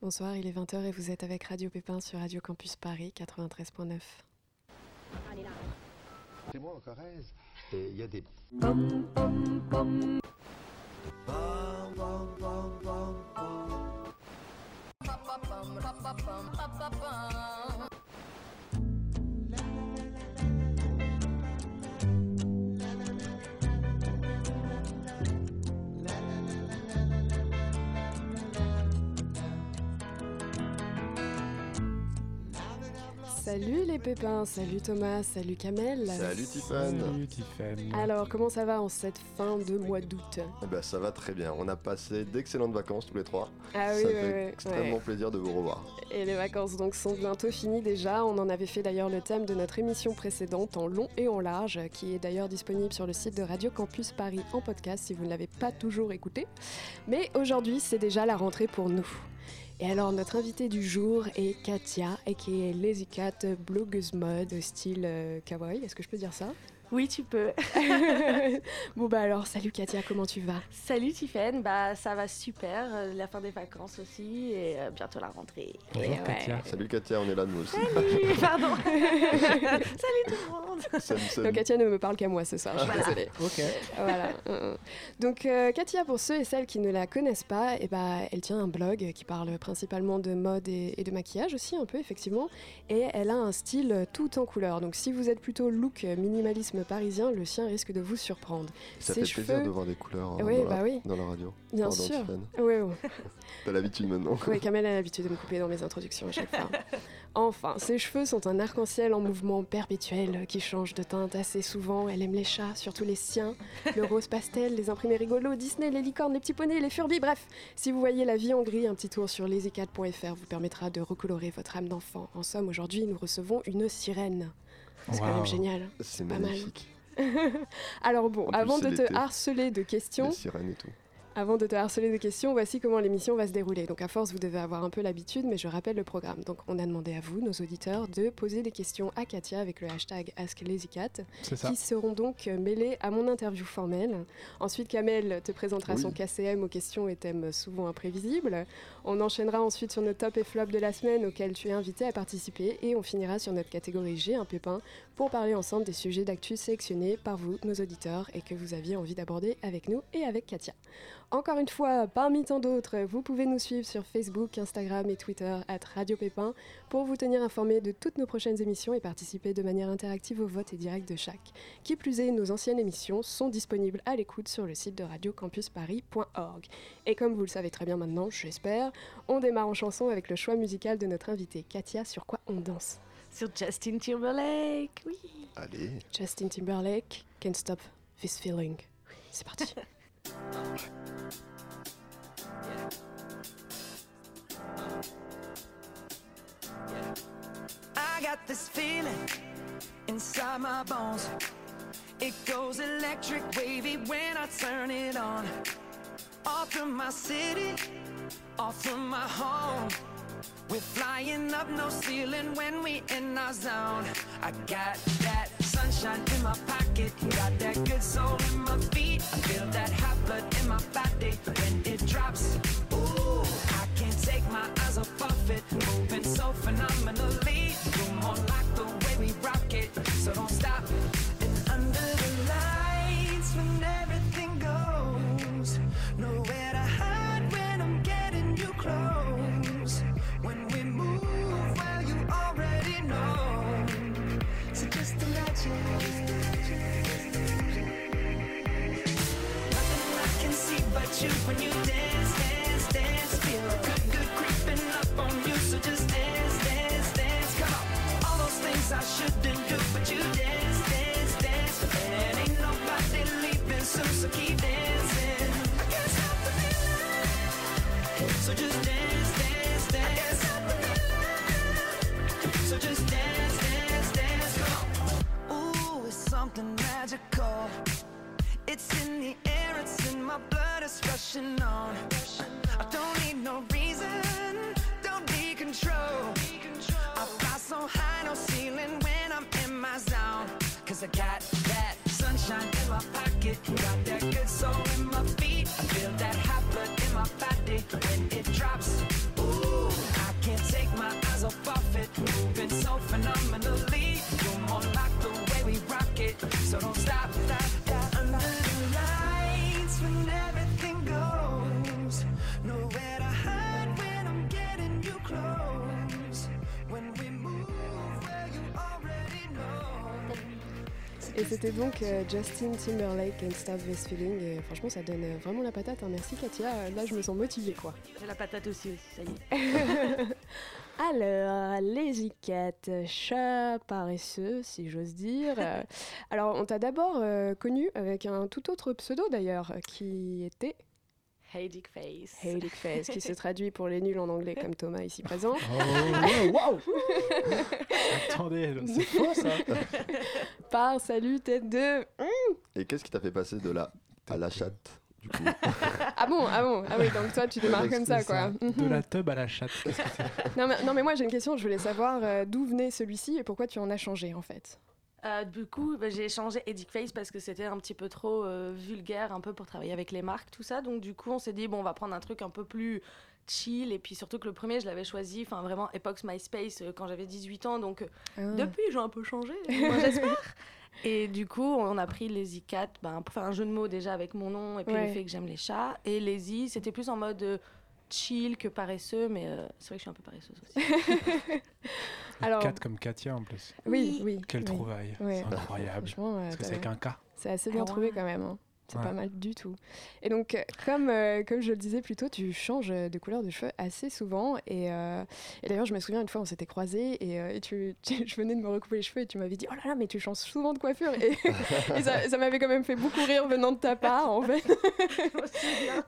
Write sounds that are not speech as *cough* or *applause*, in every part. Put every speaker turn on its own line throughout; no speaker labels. Bonsoir, il est 20h et vous êtes avec Radio Pépin sur Radio Campus Paris 93.9.
C'est moi en Corrèze, et il y a des
Salut les pépins, salut Thomas, salut Kamel.
Salut Tiffane
Salut Tiffany.
Alors, comment ça va en cette fin de mois d'août
Eh ben, ça va très bien, on a passé d'excellentes vacances tous les trois.
Ah oui,
ça
oui,
fait
oui,
extrêmement
ouais.
plaisir de vous revoir.
Et les vacances donc sont bientôt finies déjà. On en avait fait d'ailleurs le thème de notre émission précédente en long et en large, qui est d'ailleurs disponible sur le site de Radio Campus Paris en podcast si vous ne l'avez pas toujours écouté. Mais aujourd'hui, c'est déjà la rentrée pour nous. Et alors, notre invitée du jour est Katia, et qui est Lazy Cat, blogueuse mode au style euh, kawaii. Est-ce que je peux dire ça
Oui, tu peux. *laughs*
Bon, bah alors, salut Katia, comment tu vas
Salut Tiffen, bah ça va super, euh, la fin des vacances aussi et euh, bientôt la rentrée.
Bonjour
Et ouais.
Katia.
Salut Katia, on est là nous aussi. *laughs*
Salut,
*laughs*
*laughs* pardon. *laughs* Salut tout le monde.
Salut, salut.
Donc, Katia ne me parle qu'à moi ce soir, je suis
Voilà.
désolée.
Ok.
voilà. euh, euh. Donc euh, Katia, pour ceux et celles qui ne la connaissent pas, eh ben, elle tient un blog qui parle principalement de mode et, et de maquillage aussi un peu effectivement, et elle a un style euh, tout en couleurs. Donc si vous êtes plutôt look euh, minimalisme parisien, le sien risque de vous surprendre.
Ça
ses
fait plaisir
cheveux-
de voir des couleurs euh,
Oui,
dans,
bah
la,
oui.
dans la radio.
Bien
Pardon,
sûr.
Tiffane.
Oui, oui.
T'as l'habitude maintenant.
Oui, Kamel a l'habitude de me couper dans mes introductions à chaque fois. Enfin, ses cheveux sont un arc-en-ciel en mouvement perpétuel euh, qui change de teinte assez souvent. Elle aime les chats, surtout les siens, le rose pastel, les imprimés rigolos, Disney, les licornes, les petits poneys, les furbis, bref. Si vous voyez la vie en gris, un petit tour sur lesycat.fr vous permettra de recolorer votre âme d'enfant. En somme, aujourd'hui, nous recevons une sirène. C'est quand même
Wow.
génial.
C'est
pas
magnifique.
Alors bon,
En plus,
avant
c'est
de te
l'été.
harceler de questions,
Les sirènes et tout.
avant de te harceler de questions, voici comment l'émission va se dérouler. Donc à force, vous devez avoir un peu l'habitude, mais je rappelle le programme. Donc on a demandé à vous, nos auditeurs, de poser des questions à Katia avec le hashtag AskLazyCat,
C'est ça.
qui seront donc euh, mêlées à mon interview formelle. Ensuite, Kamel te présentera
Oui.
son KCM aux questions et thèmes souvent imprévisibles. On enchaînera ensuite sur nos top et flop de la semaine auxquels tu es invité à participer. Et on finira sur notre catégorie G, un pépin, pour parler ensemble des sujets d'actu sélectionnés par vous, nos auditeurs, et que vous aviez envie d'aborder avec nous et avec Katia. Encore une fois, parmi tant d'autres, vous pouvez nous suivre sur Facebook, Instagram et Twitter at Radio Pépin pour vous tenir informé de toutes nos prochaines émissions et participer de manière interactive au vote et direct de chaque. Qui plus est, nos anciennes émissions sont disponibles à l'écoute sur le site de radiocampusparis.org. Et comme vous le savez très bien maintenant, j'espère, on démarre en chanson avec le choix musical de notre invitée. Katia, sur quoi on danse
Sur Justin Timberlake, oui.
Allez.
Justin Timberlake, Can't Stop This Feeling. C'est parti.
I got this feeling inside my bones. It goes electric wavy when I turn it on. Off from my city, off from my home. We're flying up no ceiling when we in our zone. I got that sunshine in my pocket, got that good soul in my feet. I feel that hot blood in my body when it drops. Ooh, I can't take my eyes off of it, moving so phenomenally. You're more like the way we rock it, so don't stop. And under the lights when everything goes, nowhere to hide when I'm getting you close. When we move, well, you already know. So just imagine. Nothing I can see but you when you dance, dance, dance. Feel a good, good creeping up on you. So just dance, dance, dance. Come on. All those things I shouldn't do, but you dance, dance, dance. And ain't nobody leaving soon, so keep dancing. I can't stop the feeling. So just dance, dance, dance. I can't stop the feeling. So just dance, dance, dance. Come on. Ooh, it's something magical. It's in the air, it's in my blood, it's rushing on. I don't need no reason, don't be control. I fly so high, no ceiling when I'm in my zone. Cause I got that sunshine in my pocket, got that good soul in my feet. I feel that hot blood in my body when it drops. Ooh,
Et c'était donc euh, Justin Timberlake, Can't Stop This Feeling. Et franchement, ça donne euh, vraiment la patate. hein. Merci Katia. Là, je me sens motivée, quoi.
J'ai la patate aussi, aussi, ça y est.
Alors, les iquettes, chats paresseux, si j'ose dire. Euh, Alors, on t'a d'abord euh, connu avec un tout autre pseudo d'ailleurs, qui était
Hey Dick Face.
Hayley Face, qui se traduit pour les nuls en anglais, comme Thomas ici présent. *laughs*
Oh, ouais, waouh Attendez, c'est faux ça
Par Salut Tête 2.
Et qu'est-ce qui t'a fait passer de la à la chatte
*laughs*
du coup
Ah bon, ah bon, ah oui, donc toi tu démarres comme ça,
C'est
quoi. Mhm.
De la tub à la chatte. Qu'est-ce que
*laughs*
c'est
Non mais, non, mais moi j'ai une question, je voulais savoir euh, d'où venait celui-ci et pourquoi tu en as changé en fait.
Euh, du coup, bah, j'ai changé Edic Face parce que c'était un petit peu trop euh, vulgaire, un peu pour travailler avec les marques, tout ça. Donc du coup, on s'est dit, bon, on va prendre un truc un peu plus chill. Et puis surtout que le premier, je l'avais choisi, enfin vraiment, époque MySpace, euh, quand j'avais 18 ans. Donc euh,
Ah.
depuis, j'ai un peu changé, *laughs* moi j'espère. Et du coup, on a pris les i4 ben, pour faire un jeu de mots déjà avec mon nom et puis
Ouais.
le fait que j'aime les chats. Et les i, c'était plus en mode euh, chill que paresseux, mais euh, c'est vrai que je suis un peu paresseuse aussi. *laughs*
Alors-
Kat comme Katia en plus.
Oui, oui.
Quelle
oui.
trouvaille.
Ouais.
C'est
*laughs*
incroyable.
Franchement, euh,
Parce que
t'as-
c'est avec un K.
C'est assez bien
Ah
trouvé
ouais.
quand même. hein. C'est
Ouais.
pas mal du tout. Et donc, euh, comme, euh, comme je le disais plus tôt, tu changes euh, de couleur de cheveux assez souvent. Et, euh, et d'ailleurs, je me souviens une fois, on s'était croisés et, euh, et tu, *laughs* tu- je venais de me recouper les cheveux et tu m'avais dit Oh là là, mais tu changes souvent de coiffure. Et, et ça, ça m'avait quand même fait beaucoup rire venant de ta part, en
*laughs*
fait.
Aussi bien.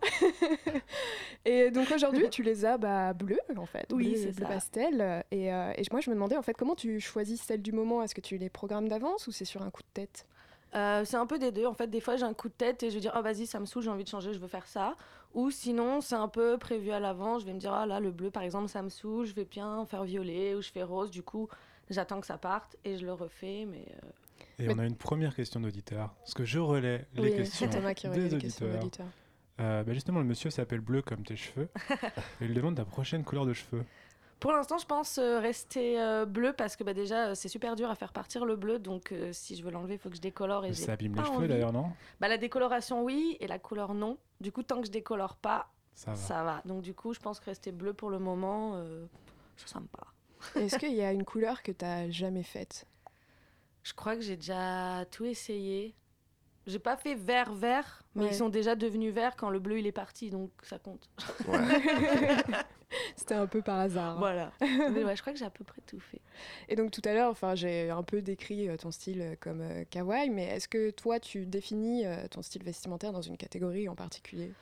Et donc aujourd'hui, tu les as bah, bleus, en fait.
Oui,
bleu-
c'est
bleu
ça.
pastel. Et, euh, et moi, je me demandais, en fait, comment tu choisis celles du moment Est-ce que tu les programmes d'avance ou c'est sur un coup de tête
Euh, c'est un peu des deux. En fait, des fois, j'ai un coup de tête et je vais dire, oh vas-y, ça me saoule, j'ai envie de changer, je veux faire ça. Ou sinon, c'est un peu prévu à l'avant. Je vais me dire, ah là, le bleu, par exemple, ça me saoule, je vais bien faire violet ou je fais rose. Du coup, j'attends que ça parte et je le refais. Mais euh,
Et
Mais-
on a une première question d'auditeur. Parce que je relais les questions
c'est Thomas qui aurait
des
les questions
auditeurs.
d'auditeurs.
Euh, bah justement, le monsieur s'appelle Bleu comme
*laughs*
tes cheveux. et il demande ta prochaine couleur de cheveux.
pour l'instant, je pense euh, rester euh, bleu parce que bah, déjà, euh, c'est super dur à faire partir le bleu. Donc, euh, si je veux l'enlever, il faut que je décolore. Et j'ai
Ça abîme les
pas
cheveux
envie.
d'ailleurs, non
Bah, la décoloration, oui, et la couleur, non. Du coup, tant que je décolore pas,
Ça va.
ça va. Donc, du coup, je pense que rester bleu pour le moment, euh, ça, ça me va.
Est-ce qu'il y a une couleur que tu n'as jamais faite
Je crois que j'ai déjà tout essayé. J'ai pas fait vert vert, mais
Ouais.
ils sont déjà devenus verts quand le bleu il est parti, donc ça compte.
Ouais.
C'était un peu par hasard. hein.
Voilà. *laughs* mais ouais, je crois que j'ai à peu près tout fait.
Et donc tout à l'heure, enfin, j'ai un peu décrit euh, ton style euh, comme euh, kawaii, mais est-ce que toi, tu définis euh, ton style vestimentaire dans une catégorie en particulier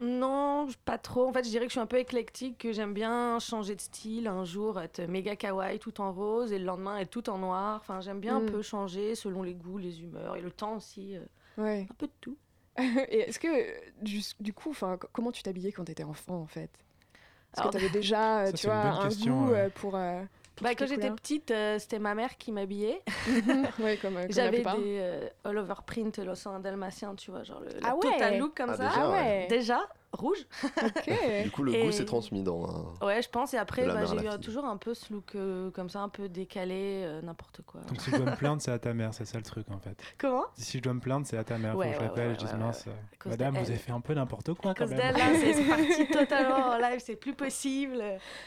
Non, pas trop. En fait, je dirais que je suis un peu éclectique, que j'aime bien changer de style. Un jour être méga kawaii tout en rose et le lendemain être tout en noir. Enfin, j'aime bien
Mm.
un peu changer selon les goûts, les humeurs et le temps aussi. euh,
Ouais.
un peu de tout.
*laughs* Et est-ce que, euh, du, du coup, enfin, co- comment tu t'habillais quand tu étais enfant, en fait Est-ce
Alors-
que tu avais déjà, euh,
*laughs* Ça,
tu
c'est une
vois,
bonne
un
question,
goût
ouais.
euh, pour... euh, *laughs* pour
Bah,
toutes
quand
les
j'étais
couleurs
petite, euh, c'était ma mère qui m'habillait.
Ouais, comme, euh, comme la
J'avais
plupart.
des euh, all over print le sang dalmatien, tu vois, genre le, la
Ah ouais.
total look comme
Ah,
ça.
Ah
Déjà,
ouais,
Déjà, rouge.
ok.
*laughs* Du coup, le
Et-
goût s'est transmis dans hein. un.
Ouais, je pense. Et après,
De la
bah,
mère à
j'ai
la
eu euh,
fille.
toujours un peu ce look euh, comme ça, un peu décalé, euh, n'importe quoi.
Donc si je dois me plaindre, c'est à ta mère, c'est ça le truc en fait.
Comment
Si je dois me plaindre, c'est à ta mère. faut
Ouais,
que je
ouais,
l'appelle,
ouais,
je dis
ouais,
mince, euh,
cause
madame, vous
d'elle.
avez fait un peu n'importe quoi
À
quand
cause
même.
d'elle, là, c'est
*laughs*
c'est parti totalement en live, c'est plus possible.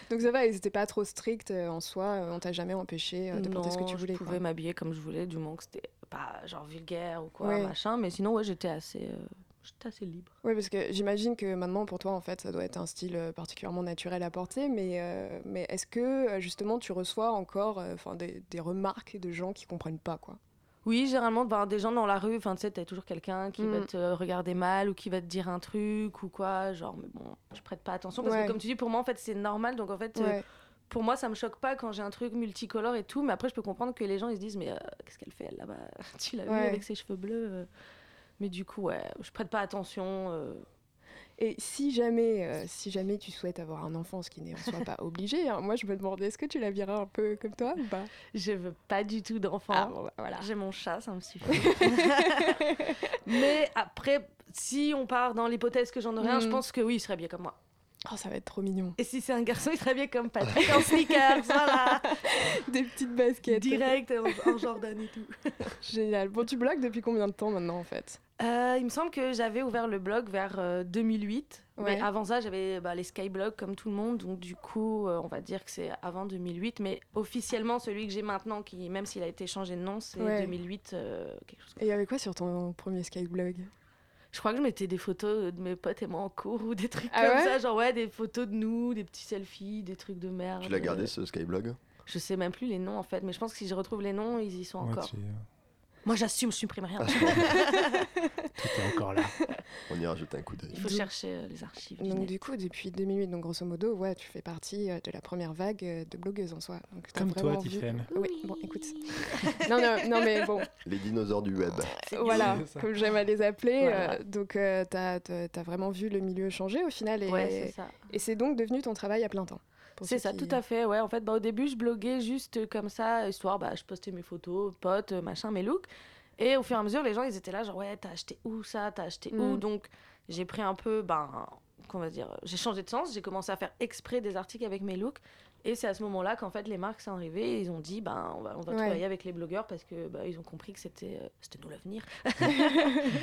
Donc ça va, ils n'étaient pas trop stricts euh, en soi, euh, on t'a jamais empêché euh, de porter ce que tu voulais.
je
quoi.
pouvais m'habiller comme je voulais, du moment que c'était pas genre vulgaire ou quoi,
Ouais.
machin. Mais sinon, ouais, j'étais assez, euh, j'étais assez libre.
Oui, parce que j'imagine que maintenant, pour toi, en fait, ça doit être un style euh, particulièrement naturel à porter, mais, euh, mais est-ce que, euh, justement, tu reçois encore euh, 'fin, des, des remarques de gens qui comprennent pas, quoi
Oui, généralement, ben, des gens dans la rue, enfin, tu sais, t'as toujours quelqu'un qui va
Mm.
te euh, regarder mal ou qui va te dire un truc ou quoi, genre, mais bon, je prête pas attention parce
Ouais.
que, comme tu dis, pour moi, en fait, c'est normal, donc en fait, euh,
Ouais.
pour moi, ça me choque pas quand j'ai un truc multicolore et tout, mais après, je peux comprendre que les gens, ils se disent, mais euh, qu'est-ce qu'elle fait, elle, là-bas *laughs* Tu l'as
Ouais.
vue avec ses cheveux bleus euh. Mais du coup, ouais, je prête pas attention. euh.
Et si jamais, euh, si jamais tu souhaites avoir un enfant, ce qui n'est en soi pas *laughs* obligé, hein, moi, je me demandais, est-ce que tu la vireras un peu comme toi ou pas
Je veux pas du tout d'enfant.
Ah, bon, bah, voilà.
J'ai mon chat, ça me suffit. *laughs* mais après, si on part dans l'hypothèse que j'en aurais un, je
Mm.
pense que oui, il serait bien comme moi.
Oh, ça va être trop mignon.
Et si c'est un garçon, il serait bien comme Patrick en sneakers, *laughs* voilà,
*laughs* Des petites baskets.
direct en, en Jordan et tout.
Génial. Bon, tu blogues depuis combien de temps maintenant, en fait
Euh, il me semble que j'avais ouvert le blog vers euh, 2008.
Ouais.
Mais avant ça, j'avais bah, les skyblogs comme tout le monde. Donc, du coup, euh, on va dire que c'est avant 2008. Mais officiellement, celui que j'ai maintenant, qui, même s'il a été changé de nom, c'est
Ouais.
2008. euh, quelque chose comme
Et il y avait quoi sur ton premier Skyblog
ça. Je crois que je mettais des photos de mes potes et moi en cours ou des trucs
Ah
comme
ouais
ça. Genre, ouais, des photos de nous, des petits selfies, des trucs de merde. Euh,
Tu l'as gardé ce Skyblog
Je sais même plus les noms en fait. Mais je pense que si je retrouve les noms, ils y sont
Ouais,
encore.
tu-
*laughs*
euh,
Moi, j'assume, je supprime rien.
Ah.
tout est encore là.
On ira jeter un coup d'œil.
Il faut
D'où-
chercher euh, les archives.
Donc
Ginette.
du coup, depuis 2008, donc grosso modo, ouais, tu fais partie euh, de la première vague euh, de blogueuses en soi. Donc, t'as
Comme toi,
vraiment vu-
Tiffen.
Oui, bon, écoute. Non, non, non, mais
*laughs*
bon,
Les dinosaures du web.
voilà,
dur, ça.
comme j'aime à les appeler.
Voilà.
euh, donc, euh, t'as t'as- t'as vraiment vu le milieu changer au final. Et
Ouais, c'est ça.
et c'est donc devenu ton travail à plein temps.
C'est ça, tout à fait. Ouais, en fait, bah, au début, je bloguais juste euh, comme ça, histoire, bah, je postais mes photos, potes, euh, machin, mes looks. Et au fur et à mesure, les gens, ils étaient là, genre, ouais, t'as acheté où ça, t'as acheté où
Mm.
Donc, j'ai pris un peu, ben, qu'on va dire, euh, j'ai changé de sens, j'ai commencé à faire exprès des articles avec mes looks. Et c'est à ce moment-là qu'en fait, les marques sont arrivées et ils ont dit, ben, on va, on va
Ouais.
travailler avec les blogueurs parce que, bah, ils ont compris que c'était, euh, c'était nous l'avenir.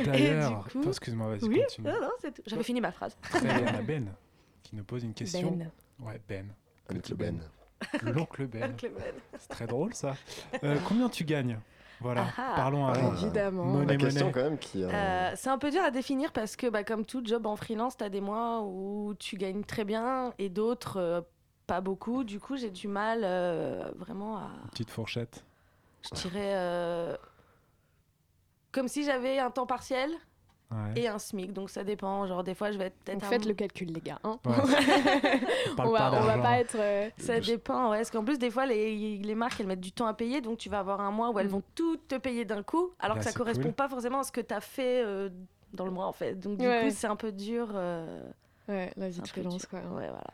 D'ailleurs,
du coup-
attends, excuse-moi, vas-y,
Oui,
continue.
*laughs* non, non, c'est tout. J'avais fini ma phrase.
Très bien, à Ben, qui nous pose une question.
Ben.
Ouais,
*laughs*
Ben.
Avec le Ben.
L'oncle Ben.
Clément.
C'est très drôle, ça. Euh, combien tu gagnes Voilà,
Ah ah.
parlons
Ah,
avant.
Évidemment.
Monnaie,
La question
monnaie.
quand même qui. euh,
Euh, c'est un peu dur à définir parce que, bah, comme tout job en freelance, tu as des mois où tu gagnes très bien et d'autres euh, pas beaucoup. Du coup, j'ai du mal euh, vraiment à.
Petite fourchette.
Je dirais. euh, comme si j'avais un temps partiel
Ouais.
et un SMIC. Donc ça dépend. Genre, des fois, je vais être
Donc
peut-être. un-
faites le calcul, les gars. hein. *laughs*
Ouais. On parle
on va, on
pas
va
d'argent.
pas être. euh,
Ça
Je-
dépend, ouais. Parce qu'en plus, des fois, les, les marques, elles mettent du temps à payer. Donc, tu vas avoir un mois où elles
Mm.
vont tout te payer d'un coup, alors
Bah,
que ça
c'est
correspond
cool.
pas forcément à ce que tu as fait euh, dans le mois, en fait. Donc, du
Ouais.
coup, c'est un peu dur. euh,
Ouais, la vie
un
de
peu
freelance,
dur.
quoi. hein.
Ouais, voilà.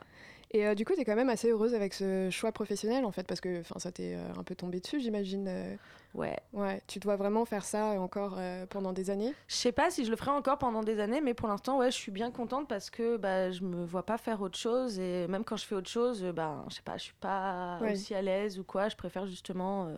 Et euh, du coup, t'es quand même assez heureuse avec ce choix professionnel, en fait, parce que 'fin, ça t'est euh, un peu tombé dessus, j'imagine. euh.
Ouais.
Ouais, tu dois vraiment faire ça encore euh, pendant des années.
Je sais pas si je le ferai encore pendant des années, mais pour l'instant, ouais, je suis bien contente parce que bah, je me vois pas faire autre chose. Et même quand je fais autre chose, euh, bah, je sais pas, je suis pas
Ouais.
aussi à l'aise ou quoi. Je préfère justement euh,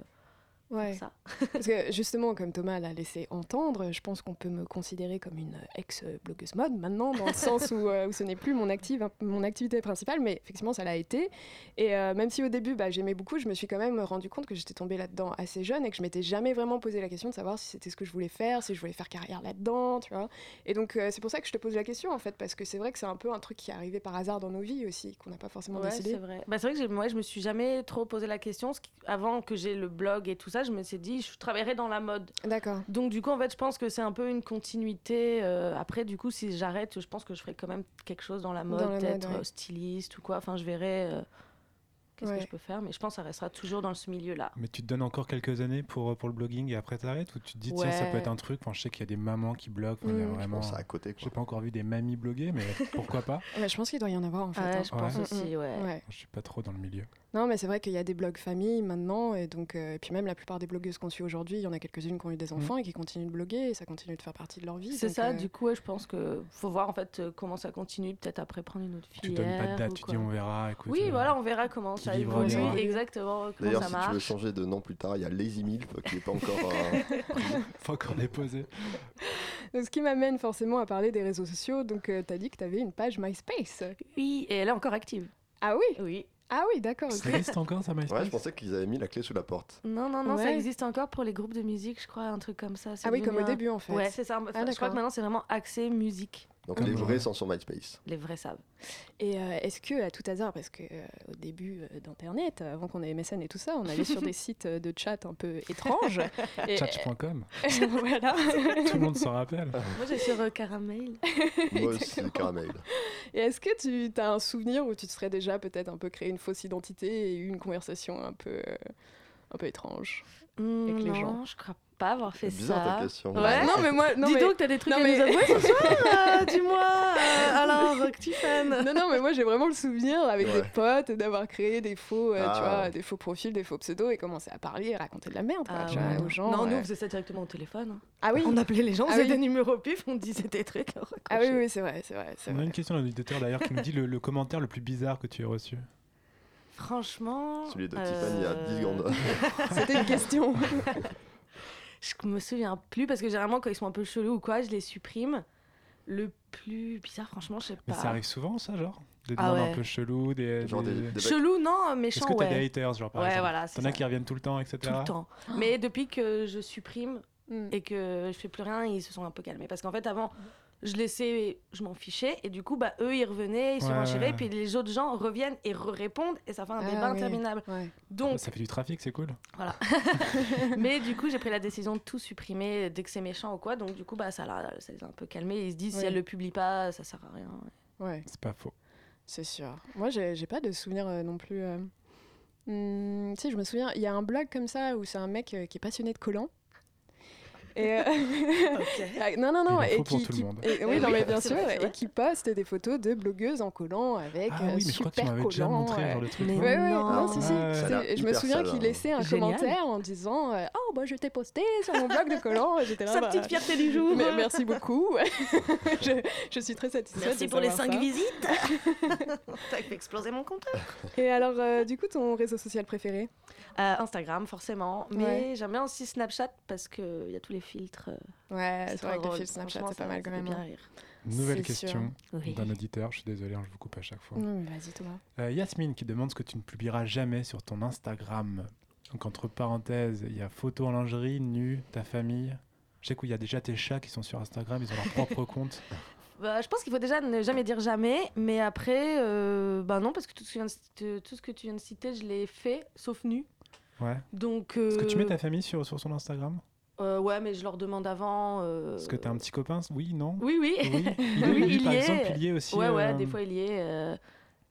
Ouais.
ça.
Parce que justement, comme Thomas l'a laissé entendre, je pense qu'on peut me considérer comme une euh, ex-blogueuse mode maintenant, dans le sens
*laughs*
où, euh, où ce n'est plus mon, active- mon activité principale, mais effectivement, ça l'a été. Et euh, même si au début, bah, j'aimais beaucoup, je me suis quand même rendu compte que j'étais tombée là-dedans assez jeune et que je m'étais jamais vraiment posé la question de savoir si c'était ce que je voulais faire, si je voulais faire carrière là-dedans, tu vois. Et donc, euh, c'est pour ça que je te pose la question, en fait, parce que c'est vrai que c'est un peu un truc qui est arrivé par hasard dans nos vies aussi, qu'on n'a pas forcément
Ouais,
décidé.
c'est vrai. Bah, c'est vrai que j'ai- ouais, je me suis jamais trop posé la question. Ce qui- Avant que j'ai le blog et tout ça, je me suis dit, je travaillerai dans la mode.
D'accord.
Donc du coup, en fait, je pense que c'est un peu une continuité. euh, après, du coup, si j'arrête, je pense que je ferai quand même quelque chose dans la mode,
Dans la mode,
peut-être
ouais.
euh, styliste ou quoi. Enfin, je verrai euh, qu'est-ce
Ouais.
que je peux faire. Mais je pense que ça restera toujours dans ce milieu-là.
Mais tu te donnes encore quelques années pour, euh, pour le blogging et après t'arrêtes ou tu te dis tiens ça peut
Ouais.
être un truc. Enfin, je sais qu'il y a des mamans qui bloguent. Enfin, il y a
Mm.
vraiment.
Bon, ça à côté
J'ai
quoi.
pas encore vu des mamies bloguer, mais pourquoi pas
Ouais, Euh, je pense qu'il doit y en avoir, en fait.
Ah Ouais,
hein.
je pense
Ouais.
aussi, Mm, ouais.
Ouais.
Je suis pas trop dans le milieu.
Non, mais c'est vrai qu'il y a des blogs famille maintenant, et donc euh, et puis même la plupart des blogueuses qu'on suit aujourd'hui, il y en a quelques-unes qui ont eu des enfants et qui continuent de bloguer, et ça continue de faire partie de leur vie.
Mm. C'est
donc,
ça,
euh,
du coup, ouais, je pense que faut voir en fait euh, comment ça continue, peut-être après prendre une autre
Tu
filière.
donnes pas de date,
ou
tu
quoi.
dis on verra. Écoute,
Oui,
euh,
voilà, on verra comment
qui
ça
vivra,
évolue,
verra.
exactement, comment
D'ailleurs,
ça
si tu veux
marche.
changer de nom plus tard, il y a Lazy Milf qui est pas encore. euh,
Faut encore
*laughs*
déposer.
donc, ce qui m'amène forcément à parler des réseaux sociaux, donc tu t'as dit que t'avais une page MySpace.
Oui, et elle est encore active.
Ah oui
Oui.
Ah oui, d'accord. ok.
Ça existe encore ça, MySpace
Ouais, je pensais qu'ils avaient mis la clé sous la porte.
Non, non, non, ça
Ouais.
existe encore pour les groupes de musique, je crois, un truc comme ça. c'est
Ah oui, comme au
devenu un-
début, en fait.
Ouais, c'est ça. Enfin, je crois
d'accord.
que maintenant, c'est vraiment axé musique.
Donc
Ah
les
ouais.
vrais sont sur
*laughs*
MySpace.
Les vrais savent.
Et euh, est-ce que, à tout hasard, parce que euh, au début euh, d'Internet, avant qu'on ait MSN et tout ça, on allait sur
*laughs*
des sites euh, de chat un peu étranges. et,
*laughs*
Chatch.com.
*laughs* voilà.
Tout le monde s'en rappelle.
Moi, j'ai sur euh, Caramel.
Moi aussi,
Exactement.
caramel.
Et est-ce que tu as un souvenir où tu te serais déjà peut-être un peu créé une fausse identité et eu une conversation un peu, euh, un peu étrange
Hmm,
Avec les
non,
gens.
je crois pas avoir fait
C'est bizarre ta
ça.
question. Bah,
Ouais.
Non, mais moi, non,
Dis
mais,
donc, t'as des trucs
non,
à
mais-
nous avouer ce soir euh, Dis-moi, euh, alors, Tiffany.
*laughs* non, non, mais moi j'ai vraiment le souvenir avec
Ouais.
des potes d'avoir créé des faux, euh, tu
Ah.
vois, des faux profils, des faux pseudos et commencer à parler et raconter de la merde quoi,
Ah
tu vois,
ouais.
Bah, aux gens.
non, nous,
euh.
on faisait ça directement au téléphone. hein.
Ah oui,
On appelait les gens, on
Ah
faisait
oui.
des numéros pif, on disait des trucs. on raccrochait.
ah oui, oui, c'est vrai, c'est vrai, c'est
On a
vrai.
une question d'un auditeur d'ailleurs qui nous dit le, le commentaire le plus bizarre que tu aies reçu.
Franchement.
Celui de
euh,
Tiffany il y a 10 secondes.
C'était une question.
*laughs* Je me souviens plus parce que généralement, quand ils sont un peu chelous ou quoi, je les supprime. Le plus bizarre, franchement, je sais
Mais
pas.
ça arrive souvent, ça, genre Des
Bah. Ah
demandes
ouais.
un peu cheloues, des.
Genre
des-
des- des-
Chelou, non,
Est-ce
méchant,
que t'as des
ouais.
haters, genre par
Ouais,
exemple
voilà, c'est
T'en as
ça.
qui reviennent tout le temps, etc.
Tout le temps. Mais depuis que je supprime,
Mm.
et que je fais plus rien, ils se sont un peu calmés. Parce qu'en fait, avant, je laissais, je m'en fichais, et du coup, bah, eux, ils revenaient, ils se
Ouais,
renchiraient,
ouais.
puis les autres gens reviennent et répondent, et ça fait un
Ah,
débat
ouais.
interminable.
Ouais.
Donc,
Bah, Ça fait du trafic, c'est cool.
mais du coup, j'ai pris la décision de tout supprimer dès que c'est méchant ou quoi, donc du coup, bah, ça, l'a- ça les a un peu calmés, ils se disent,
Ouais.
si elle le publie pas, ça sert à rien.
Ouais,
C'est pas faux.
c'est sûr. Moi, j'ai j'ai pas de souvenir euh, non plus. euh. Hmm, si, je me souviens, il y a un blog comme ça où c'est un mec euh, qui est passionné de collants. Et
*laughs*
euh, Ah, non, non, non.
Il en
Et
faut pour
qui,
tout le
qui-
monde. Ah
et- oui,
Oui,
non, mais bien
c'est
sûr.
vrai, c'est
Et qui poste des photos de blogueuses en collant avec
Ah
euh,
oui, mais je crois que tu
super
m'avais déjà
collants.
montré
euh,
genre le truc.
*laughs* Mais
non
Ouais, ouais, non,
Non.
si, si.
Ouais.
c'est-
Ça a l'air
et je me
Ah, hyper
souviens
sale,
qu'il
hein.
laissait un
Génial.
commentaire en disant euh, Oh, bah, je t'ai posté sur mon blog de collant. J'étais là.
Sa
bah,
petite fierté du jour
mais merci beaucoup. *laughs* je, je suis très satisfaite.
Merci
de
pour les
savoir
5
ça.
visites Ça fait exploser mon compte
Et alors, euh, du coup, ton réseau social préféré
Euh, Instagram, forcément. Mais
Ouais.
j'aime bien aussi Snapchat parce qu'il y a tous les filtres. euh,
Ouais, c'est
trop
vrai que le
drôle.
fil Snapchat,
Franchement,
c'est pas
ça-
mal
ça
quand
fait
même.
bien
hein.
rire.
Nouvelle
C'est sûr.
question
Oui.
d'un auditeur. Je suis désolé, hein, je vous coupe à chaque fois.
Non, mais Vas-y, Thomas.
Euh, Yasmine qui demande ce que tu ne publieras jamais sur ton Instagram. Donc entre parenthèses, il y a photo en lingerie, nu, ta famille. Je sais qu'il y a déjà tes chats qui sont sur Instagram, ils ont leur propre compte.
Bah, je pense qu'il faut déjà ne jamais dire jamais, mais après, euh, bah non, parce que tout ce que, tu viens de citer- tout ce que tu viens de citer, je l'ai fait, sauf nu.
Ouais.
Donc.
Est-ce que tu mets
euh,
ta famille sur, sur son Instagram
euh, Ouais, mais je leur demande avant. euh,
Est-ce que t'as un petit copain Oui, non
Oui, oui. *laughs*
Oui, il,
Oui,
est, lui,
il
par
y
exemple,
est.
il y est aussi.
*laughs* ouais, ouais,
euh,
des fois, il y est. euh,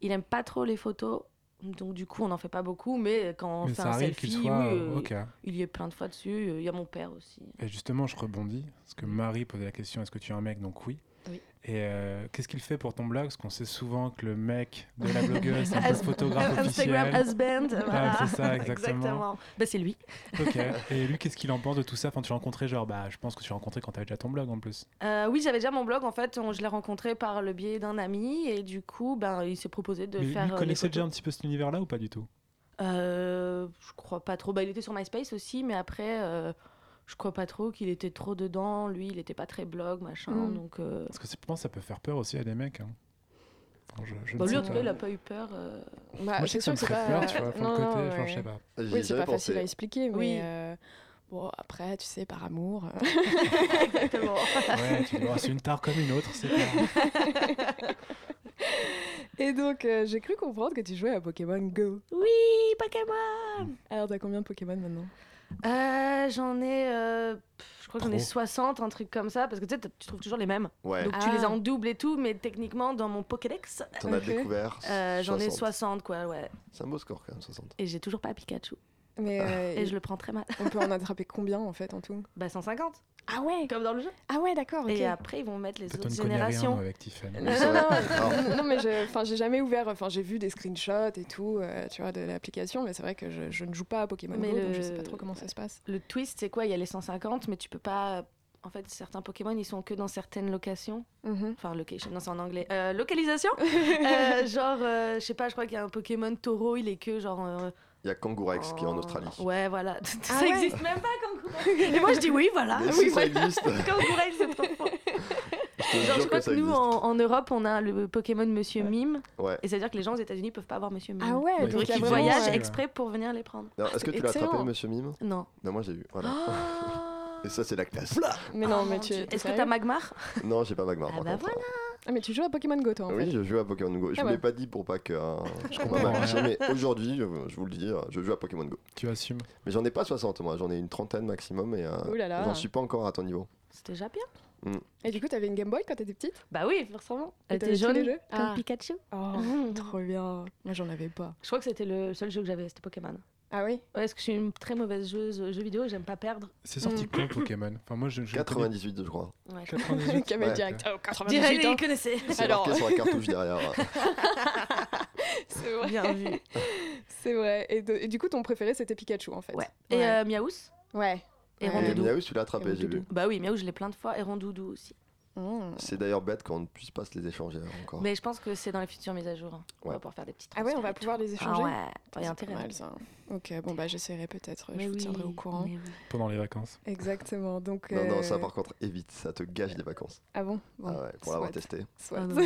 il aime pas trop les photos. Donc du coup, on n'en fait pas beaucoup, mais quand on
mais
fait
ça
un
arrive
selfie,
qu'il soit.
oui,
euh,
euh,
ok.
il y est plein de fois dessus. euh, Il y a mon père aussi.
Et justement, je rebondis, parce que Marie posait la question est-ce que tu es un mec Donc oui.
Oui.
Et euh, qu'est-ce qu'il fait pour ton blog Parce qu'on sait souvent que le mec de
*laughs*
la blogueuse, c'est un peu le
As-
photographe
*laughs* Instagram
officiel.
husband. voilà.
c'est ça, exactement.
Bah, c'est lui.
*laughs* Ok. Et lui, qu'est-ce qu'il en pense de tout ça Enfin, tu l'as rencontré, genre, bah, je pense que tu l'as rencontré quand t'avais déjà ton blog en plus.
Euh, oui, j'avais déjà mon blog. En fait, on- je l'ai rencontré par le biais d'un ami et du coup, ben, il s'est proposé de
Mais
faire.
lui
euh,
connaissait
les
déjà
photos.
un petit peu cet univers-là ou pas du tout
Euh, Je crois pas trop. Bah, il était sur MySpace aussi, mais après, euh, je crois pas trop qu'il était trop dedans. Lui, il était pas très blog, machin.
Mm.
Donc, euh,
Parce que c'est- je pense que ça peut faire peur aussi à des mecs. hein. Enfin, je, je ne
bah, lui,
sais
en tout cas,
pas.
il a pas eu peur. *laughs* euh.
Bah,
Moi,
c'est
je sais que ça
sûr
me
que c'est
ferait
pas.
peur, tu
*laughs*
vois, pour
Non,
le côté.
non,
Enfin, je
ouais.
sais pas.
J'y ai
Oui, c'est
jamais
pas facile à
pensé.
expliquer, mais
Oui.
euh, bon, après, tu sais, par amour. euh,
Exactement.
Ouais, tu dis, Oh, c'est une tare comme une autre, c'est clair.
*laughs* Et donc, euh, j'ai cru comprendre que tu jouais à Pokémon Go.
*laughs* oui, Pokémon.
Alors, t'as combien de Pokémon maintenant
Euh, j'en ai, euh, pff, je crois que j'en ai
Trop.
60, un truc comme ça, parce que tu sais, t- tu trouves toujours les mêmes.
Ouais,
Donc tu les as
Ah.
en double et tout, mais techniquement dans mon Pokédex,
t'en as
Ok.
découvert.
euh, j'en ai
60.
60 quoi, ouais.
C'est un beau score quand même,
*laughs*
60.
Et j'ai toujours pas Pikachu.
Mais euh,
*laughs* Et je le prends très mal.
on peut en attraper combien en fait en tout
Bah 150.
Ah ouais
Comme dans le jeu.
Ah ouais, d'accord. ok.
Et après ils vont mettre les
Peut-être hein, on
autres
ne connaît rien
générations.
nous, avec Tiffany.
Non,
C'est
non,
vrai.
non,
Alors,
*laughs* non, non, mais je- enfin, j'ai jamais ouvert, enfin, j'ai vu des screenshots et tout, euh, tu vois, de l'application, mais c'est vrai que je, je ne joue pas à Pokémon
Mais
Go,
le-
donc je sais pas trop comment ça se passe.
Le twist c'est quoi Il y a les 150, mais tu peux pas. En fait, certains Pokémon ils sont que dans certaines locations.
Mhm.
Enfin, location, non, c'est en anglais. Euh, *laughs* localisation Euh, Genre, euh, je sais pas, je crois qu'il y a un Pokémon taureau, il est que genre. euh,
Il y a Kangourex qui est en
en-
Australie.
Oh. Ouais, voilà. *laughs* ça
Ah ouais.
existe même pas, Kangourex. *laughs* Et moi, je dis oui, voilà.
Mais
Ah oui,
si ça
voilà.
existe, je
Kangourex, c'est trop fort.
te
Genre, je
jure
crois
que
que,
ça
nous,
existe.
en, en Europe, on a le Pokémon Monsieur Mime.
Ouais.
Et c'est-à-dire que les gens aux États-Unis peuvent pas avoir Monsieur Mime.
Ah ouais,
Ouais,
donc
Donc,
il y a
ils
Effectivement,
vraiment,
voyagent
ouais.
exprès pour venir les prendre.
Non, Est-ce que
c'est
tu l'as attrapé,
excellent.
Monsieur Mime
Non.
Non, moi j'ai vu. Voilà.
Ah.
Et ça, c'est la classe.
Mais non,
Oh
mais
mon
tu.
Dieu.
t'es
Est-ce que t'as
sérieux
Magmar
Non, j'ai pas Magmar.
Ah
par
bah
contre.
Ah, mais tu joues à Pokémon Go, toi, en
Ah Oui,
fait.
je joue à Pokémon Go. Je
Ah
ne
bah.
l'ai pas dit pour pas que. euh, je
comprends
comprends
rien.
Mais aujourd'hui, je, je vous le dis, je joue à Pokémon Go.
Tu assumes.
Mais j'en ai pas 60, moi. J'en ai une trentaine maximum et euh,
Ouh là là.
j'en suis pas encore à ton niveau.
C'est déjà bien.
Et du coup, t'avais une Game Boy quand t'étais petite
Bah oui, forcément. Elle
Et t'avais
était
tous les
jaune
jeux
comme
Ah.
Pikachu.
Oh,
Mmh.
*laughs* trop bien. Moi, j'en avais pas.
Je crois que c'était le seul jeu que j'avais, c'était Pokémon.
Ah oui
Ouais, parce que je suis une très mauvaise joueuse aux jeux vidéo, j'aime pas perdre.
C'est
Mm.
sorti quand Pokémon Enfin, moi, je. je le connais-
98, je crois.
Ouais.
*laughs*
98.
*laughs*
Camel
Ouais.
direct. Oh,
Dirais,
98,
il
hein.
connaissait.
*laughs*
C'est
Alors-
marqué sur la
*laughs*
cartouche derrière.
C'est vrai.
Bien vu.
C'est vrai. Et, de- et du coup, ton préféré, c'était Pikachu, en fait.
Ouais. Et
Ouais.
euh, Miaous
Ouais.
et
Ouais.
Et
Rondoudou.
Miaou, tu l'as attrapé, j'ai vu.
Bah oui, Miaou, je l'ai plein de fois. Et Rondoudou aussi.
Mmh.
C'est d'ailleurs bête qu'on ne puisse pas se les échanger hein, encore.
Mais je pense que c'est dans les futures mises à jour. hein. On
Oh. Ouais.
va pouvoir faire des petites
Ah ouais, on va
transferts et
pouvoir les
tout.
échanger.
Ah ouais, y a
C'est
intérêt.
pas mal, ça. Ok, bon bah j'essaierai peut-être,
Mais
je vous
oui,
tiendrai au courant.
mais oui.
pendant les vacances.
Exactement, donc...
Non, non,
euh,
ça par contre, évite, ça te gâche les vacances.
Ah bon, Bon,
Ah ouais, pour l'avoir
soit.
testé.
Soit.
Ah non.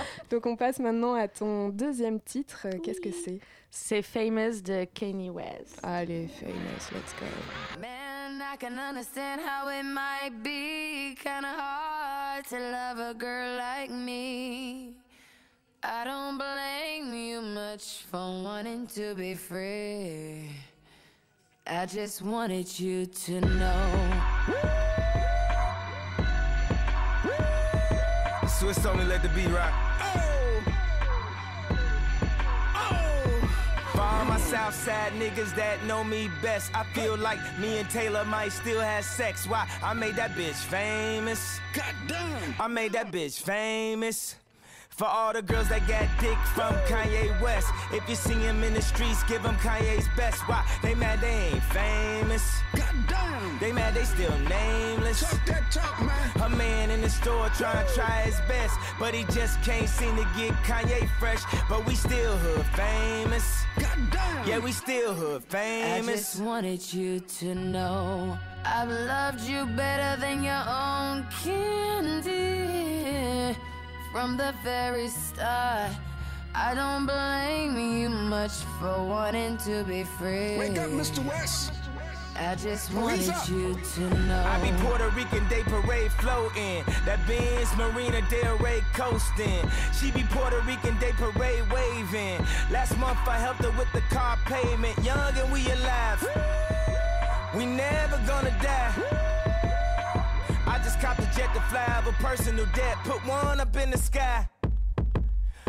*laughs* donc on passe maintenant à ton deuxième titre, euh, qu'est-ce que c'est
C'est Famous de Kanye West.
Allez, famous, let's go.
Man, I can understand how it might be kinda hard to love a girl like me. I don't blame you much for wanting to be free. I just wanted you to know.
Swiss only let the beat rock. Oh. Oh. For all my South Side niggas that know me best, I feel like me and Taylor might still have sex. Why? I made that bitch famous. Goddamn. I made that bitch famous. For all the girls that got dick from Kanye West. If you see him in the streets, give him Kanye's best. Why? They mad they ain't famous. Goddamn. They mad they still nameless. A man in the store trying to try his best, but he just can't seem to get Kanye fresh. But we still hood famous. Yeah, we still hood
I
famous.
just wanted you to know I've loved you better than your own candy from the very start. I don't blame you much for wanting to be free.
West.
I just
Police
wanted
up.
you to know.
I be Puerto Rican Day Parade floating. That Benz Marina Del Rey coasting. She be Puerto Rican Day Parade waving. Last month I helped her with the car payment. Young and we alive. We never gonna die. I just copped a jet to fly of a personal debt. Put one up in the sky.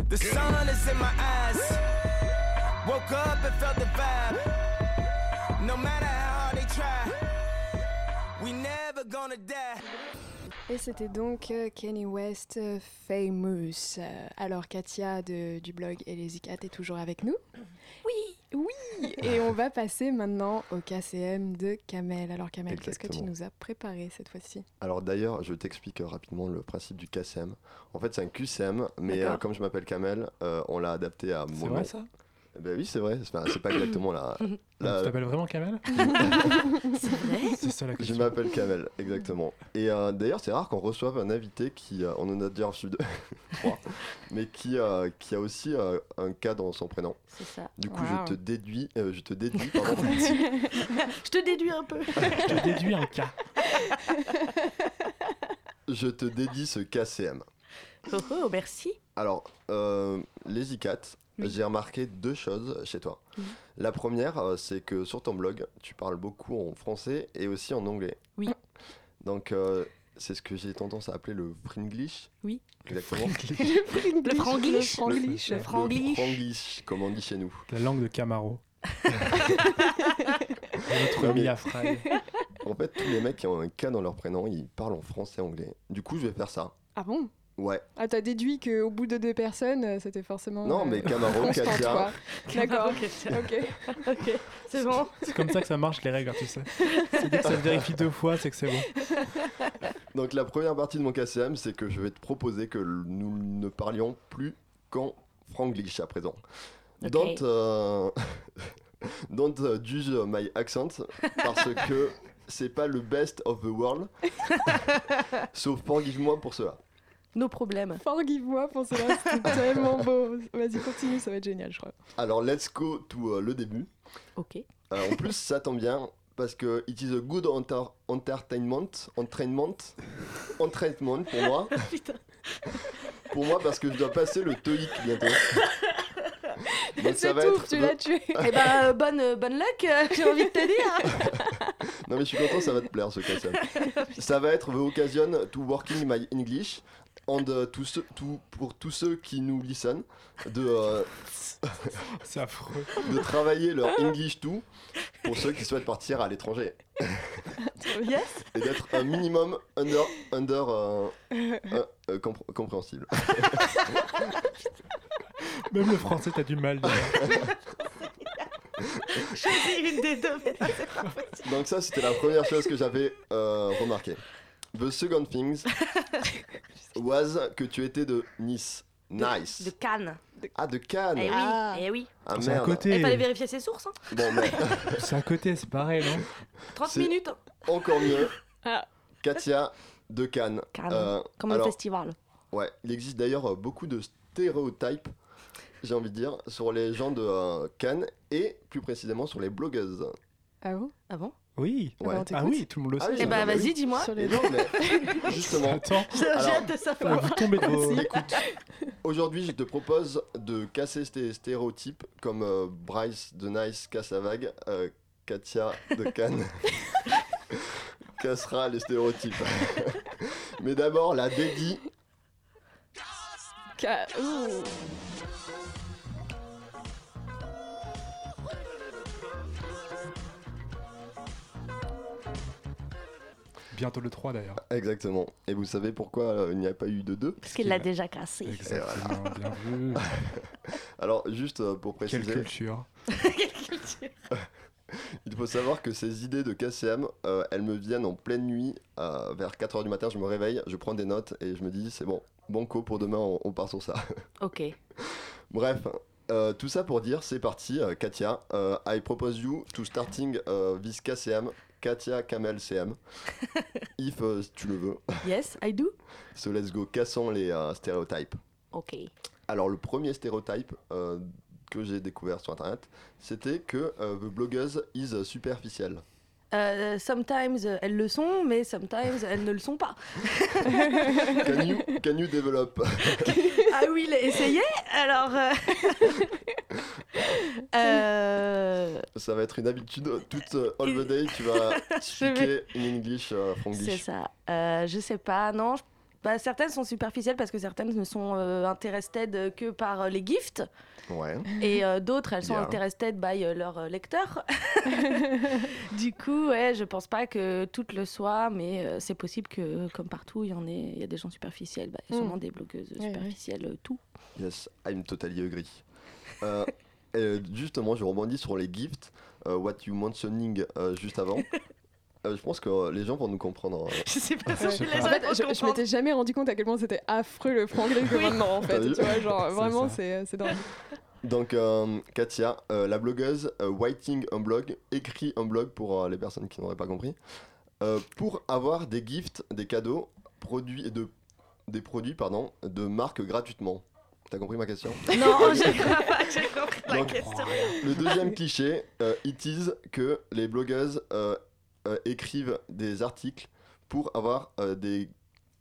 The sun is in my eyes. Woke up and felt the vibe. No matter how hard they try. We never gonna die.
Et c'était donc euh, Kanye West, euh, Famous. Euh, Alors Katia de- du blog et les ICAT est toujours avec nous. Oui. Oui. Et on va passer maintenant au KCM de Kamel. Alors Kamel, qu'est-ce que tu
Exactement.
nous as préparé cette fois-ci
Alors d'ailleurs, je t'explique euh, rapidement le principe du KCM. En fait, c'est un QCM, mais
D'accord.
euh, comme je m'appelle Kamel, euh, on l'a adapté à
C'est
mon
vrai
*laughs*
nom.
ça
Ben oui, c'est vrai. Enfin, c'est pas exactement la.
Donc,
la-
Tu t'appelles vraiment Kamel
*laughs*
C'est ça la
Je
question.
m'appelle Kamel, exactement. Et euh, d'ailleurs, c'est rare qu'on reçoive un invité qui, euh, on en a déjà reçu deux, *laughs* trois, mais qui, euh, qui a aussi euh, un K dans son prénom.
C'est ça. *laughs*
Du coup,
Wow.
je te déduis, euh, je te déduis, pardon,
Je te déduis un peu.
Je te déduis
*laughs*
un cas.
je te dédie ce KCM.
Oh, oh, *laughs* merci.
Alors, euh, les ICAT,
Oui.
j'ai remarqué deux choses chez toi. La première, euh, c'est que sur ton blog, tu parles beaucoup en français et aussi en anglais.
Oui.
Donc, euh, c'est ce que j'ai tendance à appeler le Fringlish.
Oui.
Exactement.
Le franglish.
Le franglish.
Le
Le
franglish.
franglish, comme on dit chez nous.
La langue
*laughs*
de Camaro. Notre
Non, mais-
Mia Fry.
En fait, tous les mecs qui ont un K dans leur prénom, ils parlent en français anglais. Du coup, je vais faire ça.
Ah bon
Ouais.
Ah t'as déduit qu'au bout de deux personnes, euh, c'était forcément...
Non, mais Camaro,
constant,
Katia.
toi. D'accord.
Ok,
Ok.
ok. C'est bon.
C'est comme ça que ça marche les règles, hein,
*laughs*
tu sais. C'est dès que ça se vérifie deux fois, c'est que c'est bon.
Donc, la première partie de mon KCM, c'est que je vais te proposer que l- nous ne parlions plus qu'en franglish à présent.
Ok.
Don't, euh, *laughs* don't euh, judge my accent parce que c'est pas le best of the world. Sauf forgive-moi pour cela.
Nos problèmes.
Forgive-moi pour cela,
*laughs*
c'était tellement beau. Vas-y, continue, ça va être génial, je crois.
Alors, let's go to euh, le début.
Ok.
Euh, en plus, ça tombe bien parce que it is a good enter- entertainment, entraînement, entraînement pour moi.
*laughs*
Putain.
Pour moi, parce que je dois passer le TOEIC
*laughs*
bientôt. Donc ça
C'est
va
tout,
être.
tu l'as tué.
Eh ben, euh, bonne, euh, bonne luck, euh, j'ai envie de te dire. *laughs*
Non mais je suis content, ça va te plaire
*laughs*
ce concept. ça va être the occasion to working my English and euh, to ceux- to- pour tous ceux qui nous listen de euh,
C'est affreux.
de travailler leur
Ah.
English too pour ceux qui souhaitent partir à l'étranger
*laughs* Yes.
et d'être un minimum under under euh,
*laughs*
euh, euh, compré- compréhensible.
Même le français, t'as du
Ah,
mal. déjà.
Choisis une des deux.
Donc ça, c'était la première chose que j'avais euh, remarqué. The second
*laughs*
things was que tu étais de Nice. Nice.
De Cannes.
Ah, de Cannes.
Eh oui,
Ah.
eh oui.
Ah
C'est à
merde.
Il
côté.
fallait vérifier ses sources. hein.
Bon, mais
C'est à côté, c'est pareil, non
30
C'est-
minutes. hein.
encore mieux.
Ah.
Katia de Cannes.
Cannes.
Euh,
Comme un
alors,
festival.
Ouais, il existe d'ailleurs euh, beaucoup de stéréotypes, j'ai envie de dire, sur les gens de euh, Cannes et plus précisément sur les blogueuses.
Ah bon
Ah bon
Oui.
Ah bah,
Ouais.
on t'écoute.
Ah oui, tout le monde le
Ah
sait.
oui,
Eh
non,
bah
mais
vas-y,
oui.
*laughs* dis-moi.
Sur
Et
les-
non, mais
*laughs*
justement, *laughs*
Attends, euh,
J'ai hâte de savoir.
vous tombez de vos...
aujourd'hui, je te propose de casser ces stéréotypes comme euh, Bryce de Nice casse la vague, euh, Katia de Cannes cassera les stéréotypes. *laughs* mais d'abord, la dédie
Ca- Ouh.
Bientôt le 3 d'ailleurs.
Exactement. Et vous savez pourquoi euh, il n'y a pas eu de deux
Parce qu'il l'a déjà cassé.
Exactement, bien vu.
Ah, Alors, juste euh, pour
Quelle
préciser,
culture.
il faut savoir que ces idées de KCM, euh, elles me viennent en pleine nuit, euh, vers 4h du matin, je me réveille, je prends des notes et je me dis, c'est bon, banco pour demain, on, on part sur ça. *laughs*
Ok.
Bref, euh, tout ça pour dire, c'est parti, euh, Katia, euh, I propose you to starting euh, this KCM, Katia Kamel CM, if euh, tu le veux.
Yes, I do.
So let's go, cassons les euh, stéréotypes.
Ok.
Alors, le premier stéréotype euh, que j'ai découvert sur internet, c'était que euh, the blogueuse is superficielle.
Euh, sometimes euh, elles le sont, mais sometimes elles ne le sont pas.
Can you, can you develop
Ah oui, il a essayé Alors. euh, *laughs* euh,
Ça va être une habitude. Toute euh, all the day, tu vas speaker in English, euh, from
C'est
English.
ça. Euh, je sais pas, non. je- bah, certaines sont superficielles parce que certaines ne sont euh, interested que par euh, les gifts
Ouais.
et euh, d'autres elles sont
Bien.
interested by euh, leur euh, *laughs* lecteur.
*laughs*
*laughs*
du coup, ouais, je pense pas que toutes le soient, mais euh, c'est possible que comme partout, il y en ait, il y a des gens superficiels, bah, il y a
Mm.
sûrement des blogueuses
oui.
superficielles, euh, tout.
Yes, I'm totally agree. Euh, et justement, je rebondis sur les gifts, euh, what you mentioning euh, juste avant. Euh, je pense que euh, les gens vont nous comprendre. euh.
*laughs* Je sais pas
Ouais.
si
En
les
En
autres
fait,
vont
je, je
comprendre.
m'étais jamais rendu compte à quel point c'était affreux le franglais que maintenant, en fait.
T'as vu
Tu vois, genre,
Bah, C'est
vraiment,
ça.
c'est c'est dingue.
Donc, euh, Katia, euh, la blogueuse, euh, writing un blog, écrit un blog pour euh, les personnes qui n'auraient pas compris, euh, pour avoir des gifts, des cadeaux, produits de, des produits pardon, de marque gratuitement. T'as compris ma question
Non, j'ai pas, j'ai compris la
Donc,
question.
Le deuxième cliché, euh, it is que les blogueuses euh, euh, écrivent des articles pour avoir euh, des,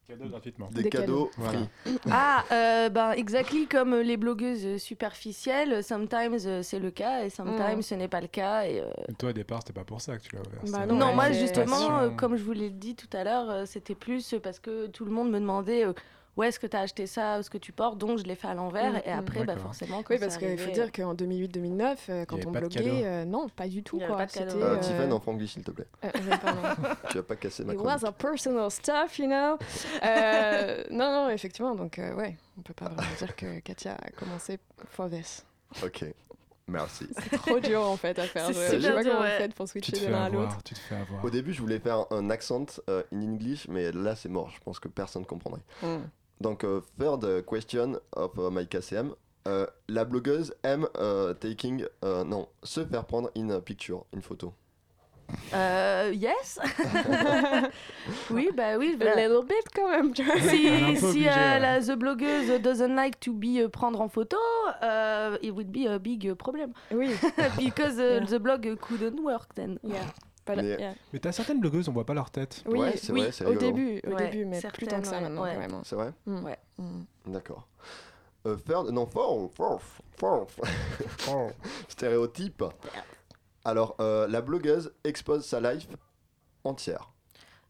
Cadeau gratuitement.
des,
Des
cadeaux, free.
Voilà.
*laughs* Ah, euh, ben, exactly comme les blogueuses superficielles, sometimes euh, c'est le cas et sometimes
Mm.
ce n'est pas le cas. Et, euh,
Toi, au départ, c'était pas pour ça que tu l'as ouvert.
Bah
c'est-
non,
Non,
ouais,
moi
c'est-
justement,
Passion.
euh, comme je vous l'ai dit tout à l'heure, euh, c'était plus euh, parce que tout le monde me demandait euh, où est-ce que tu as acheté ça, où est-ce que tu portes, donc je l'ai fait à l'envers
Mm,
et
mm.
après, bah,
D'accord.
forcément, quand
Oui, parce qu'il faut dire qu'en 2008-2009, euh, quand
avait
on
pas de
bloguait,
cadeau. Ah,
euh, non, pas du tout.
Il y avait
quoi.
pas de cadeau.
C'était,
Euh,
euh,
Tiffen, en franglish, s'il te plaît.
euh, euh, pardon.
*laughs*
Tu vas pas casser ma
It
chronique.
was a personal stuff, you
*laughs*
know. Euh, non, non, effectivement. Donc, euh, ouais, on peut pas vraiment dire que Katia a commencé fois veste.
Ok, merci.
Trop dur en fait à faire.
C'est
Je, je sais
super
pas
dur,
comment
ouais.
vous faites pour
Tu
switcher
te
de
fais
l'un à l'autre.
avoir, tu te fais avoir.
Au début, je voulais faire un accent euh, in English, mais là, c'est mort. Je pense que personne comprendrait.
Mm.
Donc, euh, third question of euh, my KCM. Euh, la blogueuse aime euh, taking, euh, non, se faire prendre in a picture, une photo.
Euh,
*laughs*
yes *laughs* Oui, bah oui, je
A
vais-
little bit quand même. tu vois.
Si,
Elle est un peu
si
obligée,
euh,
ouais.
la the blogueuse doesn't like to be euh, prendre en photo, euh, it would be a big euh, problem *laughs*
oui.
because uh, the blog couldn't work then.
Yeah. Pas la-
Mais-
yeah.
Mais t'as certaines blogueuses, on voit pas leur tête.
Oui,
Ouais, c'est
oui,
vrai, c'est
au
rigolo.
début, au
Ouais,
début, mais plus tant que ça
certaines,
maintenant
ouais.
quand même.
C'est vrai
Mm.
Ouais.
Mm.
D'accord. Euh, third, non, fourth, fourth, fourth. Fourth. *laughs* Stéréotype. Alors, euh, la blogueuse expose sa life entière.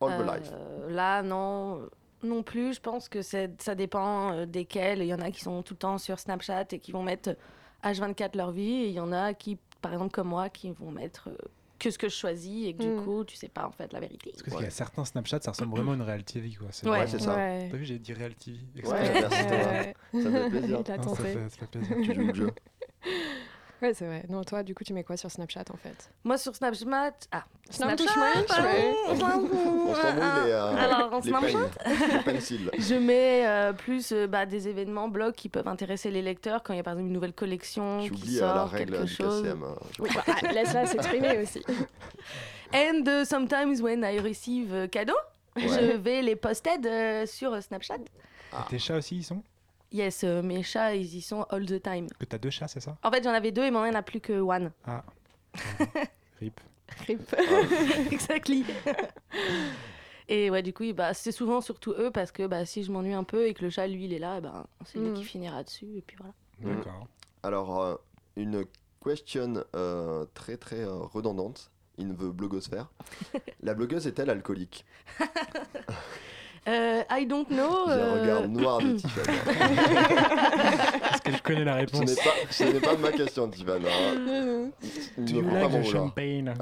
All the
Euh,
life.
Là, non, non plus. Je pense que c'est- ça dépend euh, desquels. Il y en a qui sont tout le temps sur Snapchat et qui vont mettre H24 leur vie. Et il y en a qui, par exemple, comme moi, qui vont mettre euh, que ce que je choisis et que
Mm.
du coup, tu sais pas en fait la vérité.
Parce que
Ouais.
y a certains Snapchat, ça ressemble vraiment à une Real TV. Quoi.
Ouais,
vraiment-
c'est ça.
Ouais.
T'as vu, j'ai dit Real TV.
Ouais, merci,
Ouais.
Euh.
Ça me fait plaisir.
Il a
Non, ça,
tenté.
*laughs*
fait, ça fait plaisir.
Tu joues le jeu.
Ouais, c'est vrai. Non, toi, du coup, tu mets quoi sur Snapchat en fait
Moi sur Snapchat, ah,
Snapchat,
pardon,
ouais.
On se t'embrouille les, euh,
Ah. Alors, on
les
Snapchat
peines- les
*laughs*
pencils.
Je mets euh, plus euh, bah, des événements blogs qui peuvent intéresser les lecteurs quand il y a par exemple une nouvelle collection
Tu
qui
oublies euh,
sort,
la règle
quelque
du
chose.
KCM. hein.
Oui, bah,
*laughs*
laisse-la s'exprimer aussi.
And euh, sometimes when I receive euh, cadeau, je vais les poster euh, sur euh, Snapchat.
Et tes chats aussi, ils sont
Yes, euh, mes chats, ils y sont all the time.
Que t'as deux chats, c'est ça
En fait, j'en avais deux et maintenant, il n'y en a plus que one.
Ah. Rip.
Rip.
*laughs* exactly. et ouais, du coup, bah, c'est souvent surtout eux parce que bah, si je m'ennuie un peu et que le chat, lui, il est là, bah, c'est lui
Mm.
qui finira dessus. Et puis voilà.
Mhm.
D'accord.
Alors, euh, une question euh, très très euh, redondante. Il ne veut
*laughs*
blogosphère. La blogueuse est-elle alcoolique
Euh, I don't know.
J'ai un
euh,
regard noir de Tiffany.
Parce que je connais la
Ce n'est
réponse.
pas, ce n'est pas ma question, Tiffany. hein. Il ne
Tu
faut pas
like
m'en
the
vouloir.
champagne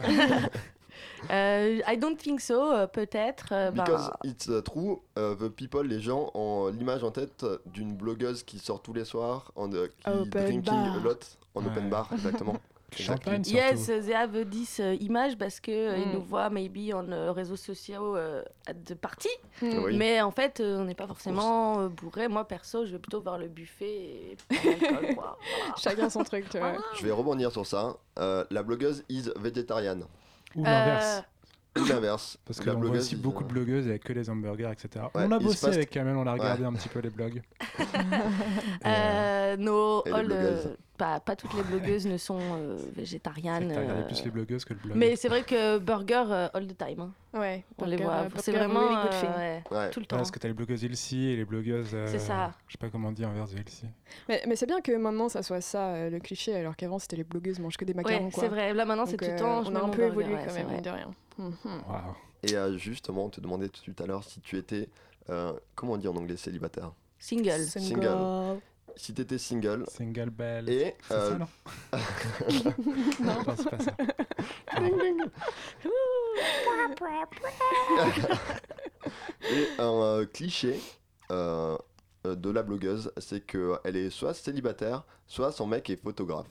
euh, *laughs* I don't think so, euh, peut-être. euh, bah,
Because it's uh, true, uh, the people, les gens ont l'image en tête d'une blogueuse qui sort tous les soirs, en euh, qui
Open
drinking
bar.
a lot, en
Ouais.
open bar,
*laughs*
exactement.
Champagne, surtout.
Yes, they have this uh, image parce que euh, ils
Mm.
nous voient maybe on euh, réseaux sociaux euh, at the party,
Mm.
Eh Oui.
mais en fait euh, on n'est pas forcément euh, bourré. Moi perso, je vais plutôt vers le buffet et prendre
*laughs*
l'alcool, quoi.
Chacun son truc, tu vois.
Je vais rebondir sur ça. Euh, la blogueuse is végétarienne.
Ou
Euh,
l'inverse.
*coughs*
Ou l'inverse.
Parce que
la
l'on voit
blogueuse
aussi
is,
beaucoup
euh,
de blogueuses avec que des hamburgers, etc.
Ouais,
on a
ils se
bossé
passent-
avec Kamel, on a regardé
Ouais.
un petit peu les
*laughs*
blogs. euh, Et, euh,
euh, no,
Et les
all, euh,
blogueuses.
pas, pas toutes les blogueuses ne sont euh,
c'est vrai
végétariennes.
que T'as regardé
euh,
plus les blogueuses que le blog.
mais c'est vrai que burger euh, all the time, hein.
Ouais.
on les
burger,
voit.
burger,
C'est vraiment
really good
euh,
thing.
ouais,
ouais.
tout le temps.
Parce que t'as les blogueuses Ilsi et les blogueuses. euh,
C'est ça.
Je sais pas comment dire inverse de Ilsi.
Mais, mais c'est bien que maintenant ça soit ça euh, le cliché, alors qu'avant c'était les blogueuses mangent que des macarons.
Ouais,
quoi.
c'est vrai. Là maintenant c'est
Donc,
tout le
euh,
temps. je
on
mets
a un
mon
peu
burger,
évolué
ouais,
quand
c'est
même,
vrai.
mine de rien. Mhm.
Waouh.
Et euh, justement, on te demandait tout à l'heure si tu étais, euh, comment on dit en anglais, célibataire.
Single.
Single. Si tu étais single.
Single bell.
Et
C'est
euh,
ça, non Non, c'est pas ça.
*laughs* Et un euh, cliché euh, euh, de la blogueuse, c'est qu'elle est soit célibataire, soit son mec est photographe.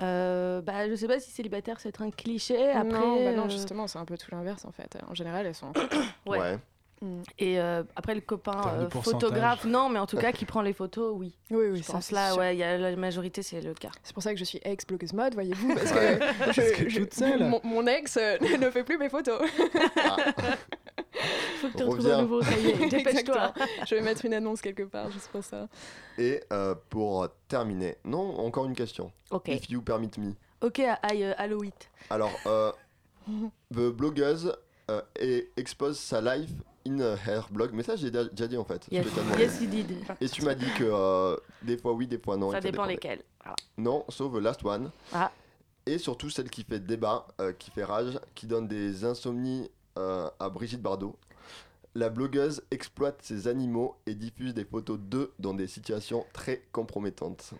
Euh, bah, je sais pas si célibataire c'est un cliché. Après,
non, bah
euh,
non, justement, c'est un peu tout l'inverse en fait. En général, elles sont en couple.
Ouais. et euh, après le copain
Terme de
euh,
pourcentage.
photographe, non, mais en tout cas qui prend les photos, *coughs* oui.
Oui,
je
oui, ça,
pense
c'est
là,
sûr.
ouais, il y a la majorité c'est le cas.
C'est pour ça que je suis ex-blogueuse mode, voyez-vous, parce que,
Ouais.
je-
*laughs* Parce que
je-
toute seule.
mon, mon ex euh, *laughs* ne fait plus mes photos.
Faut que
tu
tu
retrouves un
retrouves
Reviens.
un nouveau, ça y *laughs* est, dépêche-toi.
*laughs* Exactement. je vais mettre une annonce quelque part, juste pour *laughs* ça.
Et euh, pour terminer, non, encore une question.
ok,
If you permit me.
ok, aïe, euh, allo it.
Alors, euh, the blogueuse euh, et expose sa life in her blog. Mais ça, j'ai déjà déjà dit en fait. Je
Yes,
l'ai déjà demandé.
yes you did.
Et tu m'as dit que euh, des fois oui, des fois non. et
ça dépend
dépendait.
lesquels. Voilà.
Non, sauf the last one.
Ah.
Et surtout celle qui fait débat, euh, qui fait rage, qui donne des insomnies euh, à Brigitte Bardot. La blogueuse exploite ses animaux et diffuse des photos d'eux dans des situations très compromettantes.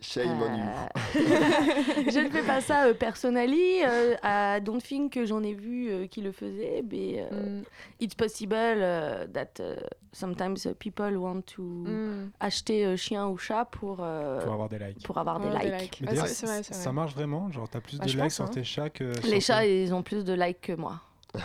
Shame on you.
Euh,
Euh, *laughs* je ne fais pas ça euh, personally. euh, à Don't Think que j'en ai vu euh, qui le faisait, mais
*laughs*
euh,
Mm,
it's possible euh, that euh, sometimes uh, people want to
mm.
acheter euh, chien ou chat pour, euh,
Pour avoir des likes.
pour avoir
Ouais,
Ah, des likes.
Mais
Ouais,
d'ailleurs,
c'est c'est vrai, c'est
ça
vrai.
marche vraiment Genre, t'as plus
Bah,
de
je
likes
pense,
sur
hein.
tes chats que.
Les
sur
chats,
tes-
ils ont plus de likes que moi. *laughs*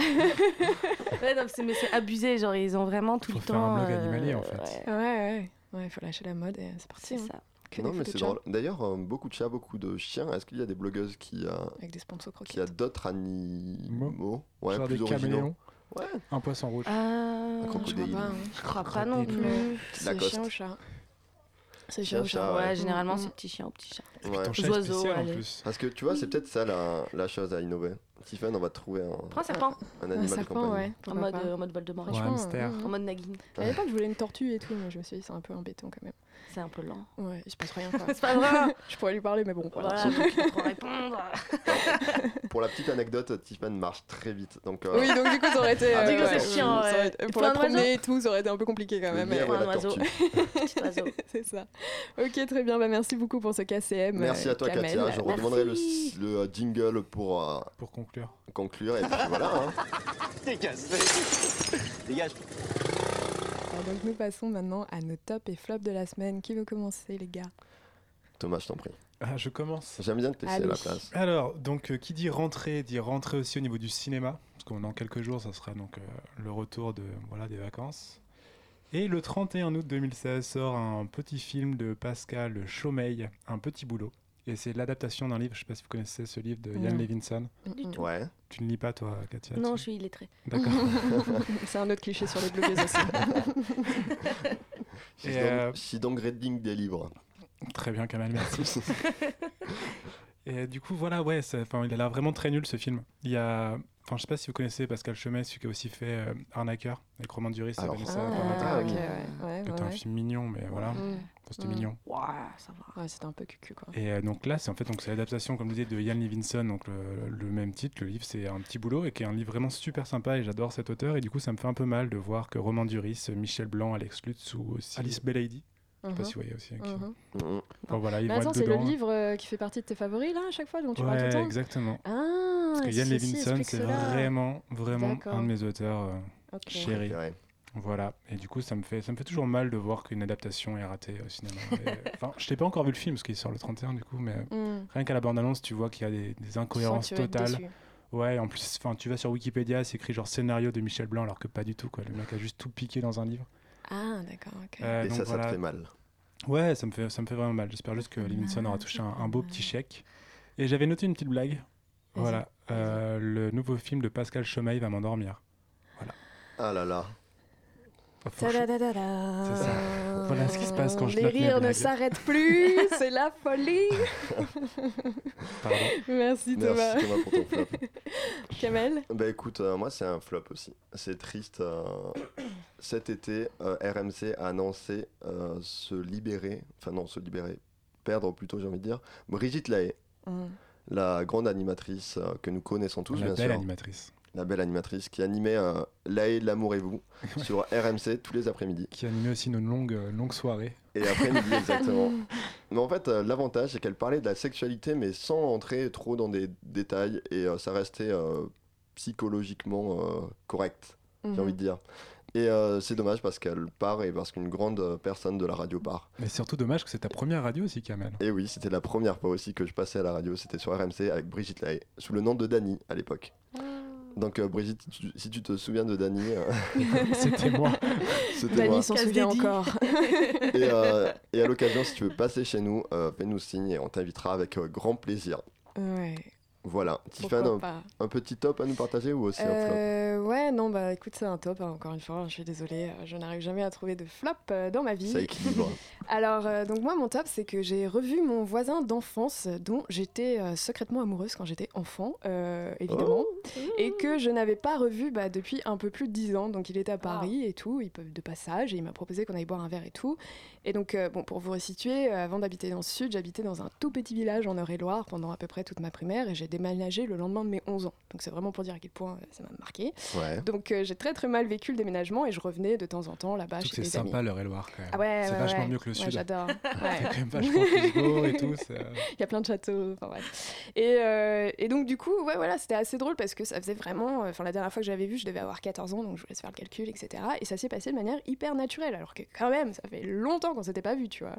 ouais, non, c'est- mais c'est abusé, genre ils ont vraiment tout
Faut
le
faire un
temps. euh,
blog animalier, en fait.
ouais,
Ouais, ouais, ouais. Il faut lâcher la mode et c'est parti.
c'est
hein.
ça.
Que
non
des
mais
photos
c'est
de chats
drôle. D'ailleurs, euh, beaucoup de chats, beaucoup de chiens. Est-ce qu'il y a des blogueuses qui, euh,
Avec des sponsors croquettes.
qui a d'autres animaux Ouais,
Genre
plus
des
originaux.
caméléons. Un poisson rouge.
Euh,
Ah,
Un
Je
crocodile.
crois pas. hein.
je crois pas non
Crocodile.
plus.
C'est
Lacoste.
chien ou chat C'est
Chien,
chien ou
chat,
chat.
Ouais,
ouais.
généralement
Mm,
c'est
mm.
petit chien ou petit chat.
Ouais.
Ton chat est
Oiseau,
spécial en
allez.
plus.
Parce que tu vois, c'est peut-être ça la, la chose à innover. Tiffany, on va trouver un,
Prends un serpent
un
Un
animal de
serpent,
compagnie.
ouais.
en
pourquoi
mode,
pas.
euh, en mode Voldemort.
Ouais.
Franchement,
hamster.
euh,
En mode Nagini.
À l'époque, je voulais une tortue et tout. Moi, je me suis dit, c'est un peu embêtant quand même.
C'est un peu lent.
Ouais, il se passe rien. *laughs* Quoi.
*laughs* C'est pas vrai
je pourrais lui parler, mais bon. Voilà.
*laughs* Voilà, donc il faut trop *laughs* répondre.
Pour la petite anecdote, Tiffany marche très vite. Donc, euh,
Oui, donc du coup, ça aurait été. euh,
Ah, du coup,
ouais,
c'est chiant,
ça aurait-
ouais.
Pour
Faut
la
un oiseau.
promener et tout, ça aurait été un peu compliqué quand
le
même.
lièvre
mais-
et la
Un oiseau.
tortue.
*laughs*
Petit oiseau.
c'est ça. Ok, très bien. Bah, merci beaucoup pour ce KCM.
Merci
euh,
à toi,
Kamel.
Katia. Je redemanderai le, le, euh, jingle pour euh,
Pour conclure.
conclure. Et puis voilà. hein. *laughs*
Dégage.
Ah, Donc, nous passons maintenant à nos tops et flops de la semaine. Qui veut commencer, les gars
Thomas, je t'en prie.
Ah, je commence.
J'aime bien te laisser
Allez.
la place.
Alors, donc, euh, qui dit rentrée, dit rentrée aussi au niveau du cinéma, parce qu'on est en quelques jours, ça sera donc euh, le retour de, voilà, des vacances. Et le 31 août 2016 sort un petit film de Pascal Chaumeil, Un petit boulot. Et c'est l'adaptation d'un livre, je ne sais pas si vous connaissez ce livre de Yann
Non.
Levinson.
Du tout.
Ouais.
Tu ne lis pas, toi, Katia
Non, je
tu-
suis illettrée.
*laughs*
D'accord. *laughs*
C'est un autre cliché sur les *laughs* blogueuses aussi.
Je
Et, euh,
suis donc reading des
*laughs*
livres.
Très bien, Kamal, merci. Et euh, du coup, voilà, ouais, ça- enfin, il a l'air vraiment très nul ce film. Il y a. Enfin, je sais pas si vous connaissez Pascal Chemet, celui qui a aussi fait euh, Arnaqueur, avec Romain Duris et
Alors,
Vanessa
Ah,
Paradis.
ok,
oui.
ouais. Ouais, ouais,
C'était un
ouais.
film mignon, mais voilà,
Mm.
c'était
Mm.
mignon.
Ouah, ça va.
Ouais, c'était un peu cucu, quoi.
Et euh, donc là, c'est en fait donc c'est l'adaptation, comme je disais, de Yann Levinson, donc le, le même titre. Le livre, c'est un petit boulot et qui est un livre vraiment super sympa. Et j'adore cet auteur. Et du coup, ça me fait un peu mal de voir que Romain Duris, Michel Blanc, Alex Lutz ou aussi Alice Belaïdi, je sais pas si vous voyez aussi. hein, qui-
Mhm, mhm.
Mhm.
Enfin, voilà, ils
Mais
vont
attends,
être
c'est le
dedans.
livre euh, qui fait partie de tes favoris, là, à chaque fois, dont tu parles tout le
Ouais,
temps
exactement.
Ah,
Parce que Yann
ceci
Levinson,
explique
c'est
cela.
vraiment, vraiment
D'accord.
un de mes auteurs euh,
Ok.
chéris.
Ouais.
Voilà. Et du coup, ça me fait, ça me fait toujours mal de voir qu'une adaptation est ratée au cinéma.
*laughs*
Et- euh, Enfin, je n'ai pas encore vu le film parce qu'il sort le 31 du coup, mais
Mm.
rien qu'à la bande-annonce, tu vois qu'il y a des, des
Je sens
incohérences
que tu vas être
totales.
déçu.
Ouais. En plus, enfin, tu vas sur Wikipédia, c'est écrit genre scénario de Michel Blanc, alors que pas du tout. Quoi. Le mec a juste tout piqué dans un livre.
Ah, d'accord, ok.
Euh,
Et
donc
ça, ça
voilà.
te fait mal.
Ouais, ça me fait, ça me fait vraiment mal. J'espère juste que Levinson aura touché un, un beau petit chèque. Et j'avais noté une petite blague.
Vas-y,
Voilà. Euh, le nouveau film de Pascal Chaumeil va m'endormir.
Ah là là. Ah,
Enfin, je-
Ta-da-da-da-da.
C'est ça. Voilà ce qui se passe quand je
Les
note mes
rires ne
blagues.
s'arrêtent
*laughs*
plus, *laughs* c'est la folie.
Ah. Pardon.
Merci Thomas.
Merci Thomas pour ton flop. *laughs*
Kamel
Bah écoute, euh, moi c'est un flop aussi. C'est triste. euh, Cet été, euh, RMC a annoncé euh, se libérer, enfin non, se libérer, perdre plutôt j'ai envie de dire, Brigitte Lahaye, la grande animatrice euh, que nous connaissons tous
la
bien
belle
sûr,
animatrice
la belle animatrice qui animait euh, Lahaye, l'amour et
*laughs*
vous sur RMC tous les après-midi.
qui animait aussi nos longues, euh, longues soirées.
Et après-midi
*laughs*
exactement. Mais en fait, euh, l'avantage c'est qu'elle parlait de la sexualité mais sans entrer trop dans des détails et euh, ça restait euh, psychologiquement euh, correct. j'ai
Mhm.
Mm.
envie de dire. Et euh, c'est dommage parce qu'elle part et parce qu'une grande euh, personne de la radio part.
Mais surtout dommage que c'est ta première radio aussi, Kamel.
Et oui, c'était la première fois aussi que je passais à la radio, c'était sur RMC avec Brigitte Lahaye, sous le nom de Dany à l'époque.
Ah.
Donc euh, Brigitte, tu- si tu te souviens de Dany,
*laughs*
euh, *laughs*
C'était moi.
Ah,
c'était moi.
Dany s'en
Casse
souvient
Daddy.
encore.
Et, euh, et à l'occasion, si tu veux passer chez nous, euh, fais-nous signe et on t'invitera avec euh, grand plaisir.
ouais,
Voilà. Tiffane,
pourquoi
un,
pas.
un petit top à nous partager ou aussi un flop
Euh, ouais, non, bah écoute, c'est un top, hein, encore une fois, je suis désolée, euh, je n'arrive jamais à trouver de flop euh, dans ma vie. *laughs*
Ça équilibre.
Alors, euh, donc moi, mon top, c'est que j'ai revu mon voisin d'enfance, dont j'étais euh, secrètement amoureuse quand j'étais enfant, euh, évidemment,
Oh.
et que je n'avais pas revu bah, depuis un peu plus de 10 ans. Donc, il était à Paris et tout, il peut- de passage, et il m'a proposé qu'on aille boire un verre et tout. Et donc, euh, bon, pour vous resituer, euh, avant d'habiter dans le sud, j'habitais dans un tout petit village en Eure-et-Loire pendant à peu près toute ma primaire, et j'ai déménagé le lendemain de mes 11 ans. Donc, c'est vraiment pour dire à quel point euh, ça m'a marqué.
Ouais.
Donc, euh, j'ai très très mal vécu le déménagement, et je revenais de temps en temps là-bas
Tout
chez
c'est
des amis.
sympa, l'heure et loire quand même.
Ah ouais,
c'est
ouais,
vachement
ouais.
mieux que le
Ouais,
sud. C'est *laughs*
J'adore. Ouais.
quand même vachement plus beau et tout. c'est-
Il y a plein de châteaux. Enfin, bref. Et, euh, et donc, du coup, ouais, voilà, c'était assez drôle parce que ça faisait vraiment. euh, Enfin, la dernière fois que j'avais vu, je devais avoir 14 ans, donc je vous laisse faire le calcul, etc. Et ça s'est passé de manière hyper naturelle, alors que quand même, ça fait longtemps qu'on s'était pas vu, tu vois.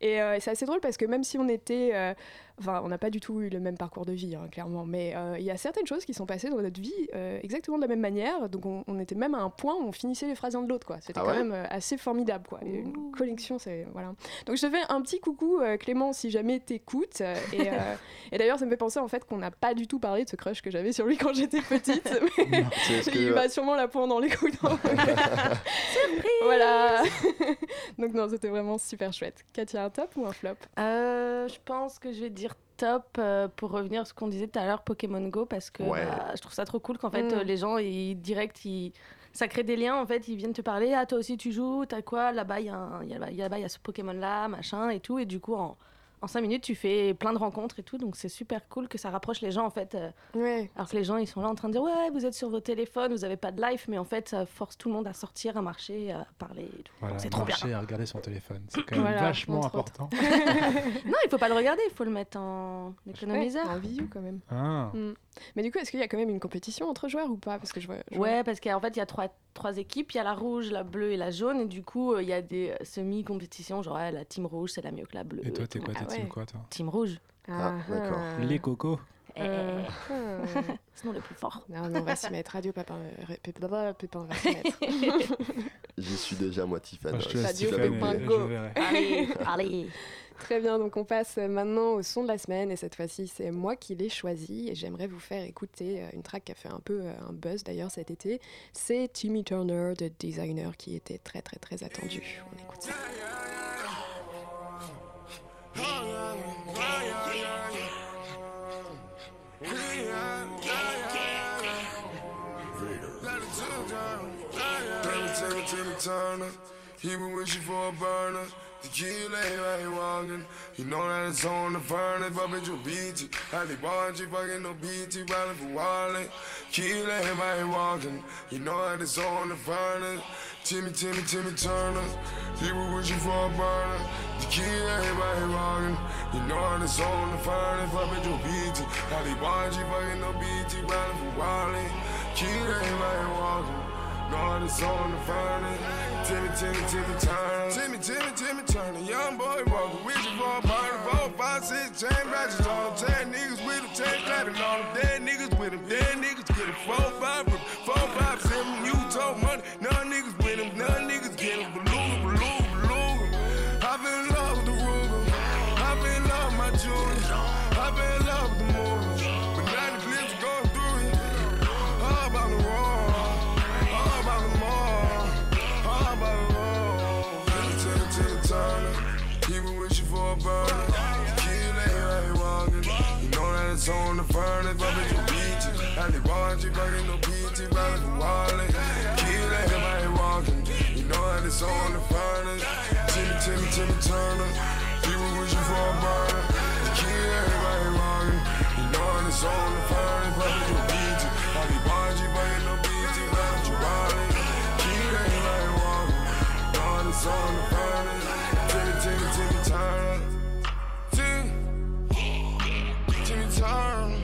Et euh, c'est assez drôle parce que même si on était. euh, Enfin, on n'a pas du tout eu le même parcours de vie, hein, clairement, mais euh, il y a certaines choses qui sont passées dans notre vie euh, exactement de la même manière. Donc, on, on était même à un point où on finissait les phrases l'un de l'autre, quoi. C'était
Ah
quand
ouais
même euh, assez formidable, quoi. Et Une collection, c'est. Voilà. Donc je te fais un petit coucou euh, Clément si jamais t'écoutes. euh, et euh, et d'ailleurs ça me fait penser en fait qu'on n'a pas du tout parlé de ce crush que j'avais sur lui quand j'étais
*laughs*
petite. mais
C'est ce
Il
que-
va sûrement la prendre dans les couilles.
*laughs*
dans- voilà. *laughs* Donc non c'était vraiment super chouette. Katia un top ou un flop
Euh, je pense que je vais dire top euh, pour revenir à ce qu'on disait tout à l'heure Pokémon Go parce que
Ouais.
bah, je trouve ça trop cool qu'en fait
Mm.
euh, les gens ils direct ils ça crée des liens en fait ils viennent te parler ah toi aussi tu joues t'as quoi là-bas il y a un- il y a là-bas- il y a là-bas, il y a ce Pokémon là machin et tout et du coup en en cinq minutes, tu fais plein de rencontres et tout, donc c'est super cool que ça rapproche les gens en fait. euh,
Ouais.
alors que les gens, ils sont là en train de dire ouais, vous êtes sur vos téléphones, vous avez pas de life, mais en fait, ça force tout le monde à sortir, à marcher, à parler. Et tout.
Voilà,
C'est trop bien.
marcher et regarder son téléphone. C'est quand même
Voilà,
vachement
entre autres.
important.
Non, il faut pas le regarder, il faut le mettre en
Ouais,
économiseur.
un visu quand même.
Ah,
Mm. Mais du coup, est-ce qu'il y a quand même une compétition entre joueurs ou pas Parce que je vois. je vois-
Ouais, parce qu'en fait, il y a trois, trois équipes. Il y a la rouge, la bleue et la jaune. Et du coup, euh, il y a des semi-compétitions. Genre, ouais, la team rouge, c'est la mieux que la bleue.
Et toi, t'es quoi
Ah
T'es team
ouais.
quoi, toi
Team rouge.
Ah, d'accord.
ah.
Les cocos.
Eh,
Euh, ah.
Sinon, le plus fort.
Non, mais on va s'y mettre. Radio Pépin, euh, Pépin, Pépin va s'y mettre.
J'y suis déjà moitié fan.
Moi, je te laisse
Radio
Stéphane,
Pépin,
mais je
go.
verrai.
*laughs* Allez, allez.
Très bien, donc on passe maintenant au son de la semaine et cette fois-ci c'est moi qui l'ai choisi et j'aimerais vous faire écouter euh, une track qui a fait un peu euh, un buzz d'ailleurs cet été. C'est Timmy Turner de Designer qui était très très très attendu. On écoute ça.
Every time to Turner, he been wishing for a burner. The kid ain't out here walking. You know that it's on the furnace, but bitch, you beat it. How they bought you, fucking no BT, riding for wallet. Kid ain't out here walking. You know that it's on the furnace. Timmy, Timmy, Timmy Turner, he been wishing for a burner. The kid ain't out here walking. You know that it's on the furnace, but bitch, you beat it. How they bought you, fucking no BT, riding for wallet. Kid ain't out here walking. Lord is on the furnace. Timmy, Timmy, Timmy Turner. Timmy, Timmy, Timmy Turner. Young boy walking with you for a party. Four, five, six, chain matches on. Ten niggas with him, ten clapping on him. Dead niggas with him, dead niggas get him. Four, five, rip. Four, five, seven, you talk money. None niggas with him, none niggas get him. Beluga, beluga, beluga. I've been in love with the Ruger. I've been in love with my jewelry. I've been in love with the movies. But now the clips are going through it. All about the war. All about the mall. All about the war. Really took it to the Turner. He been with you for a burner. Kid ain't out here walking. You know that it's on the furnace. But bitch, you beat you. Had they bought you, fucking no PT, rather than wallet. Kid ain't out here walking. You know that it's on the furnace. Timmy, Timmy, Timmy Turner. He been with you for a burner. Kid ain't out here walking. You know that it's on the furnace. But bitch, you beat you. Had they bought you, fucking no PT, rather than wallet. Kid ain't out here walking. You know that it's on the furnace. Timmy, Timmy, Timmy Turner. Timmy, Timmy Turner.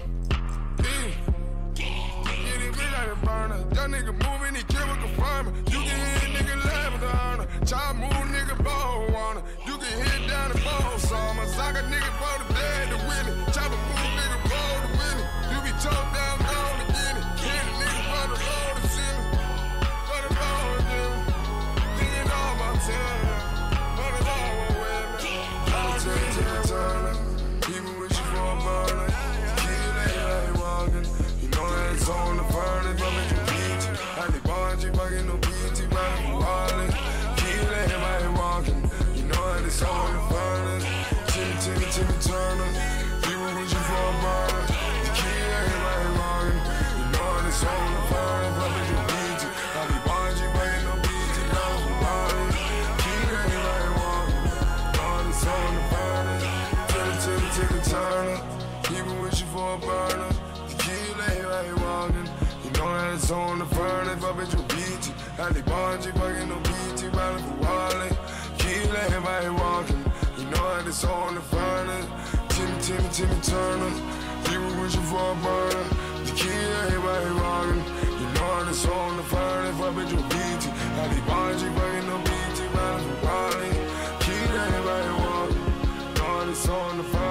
Yeah. Yeah, they big like a burner. That nigga moving, he chemical farming. You can hit nigga live with the honor. Child move, nigga ball wanna. You can hit down the ball summer. Sock a nigga for the dead to win it. Chopper move, nigga roll to win it. You be choked down, gone to get it. Hit a nigga for the road to see me. For the road to see me. Think it all about Taylor. For the road with me. I'll take it to the Turner. Even with you for a burner. Kill it, I ain't walking. You know that it's on the furnace, but bitch, you beat it. I did bond you, fucking no BT, riding for wallet. Kill it, I ain't walking. You know that it's on the furnace. Timmy, Timmy, Timmy Turner. Even with you for a burner. Kill it, I ain't walking. You know that it's on the furnace, but bitch, you beat it. I did bond you, fucking no BT, riding for wallet. Kill it, I ain't walking. You know that it's on the furnace. Timmy, Timmy, Timmy Turner. Even with you for a burner. The kid ain't out here walking. You know that it's on the furnace, I bet you beat you. Had they bond you, fucking no BT, riding for wallet. Kid ain't out here walking. You know that it's on the furnace. Timmy, Timmy, Timmy Turner. He was wishing for a burner. The kid ain't out here walking. You know that it's on the furnace, I bet you beat you. Had they bond you, fucking no BT, riding for wallet. Kid ain't out here walking. Lord, it's on the burner.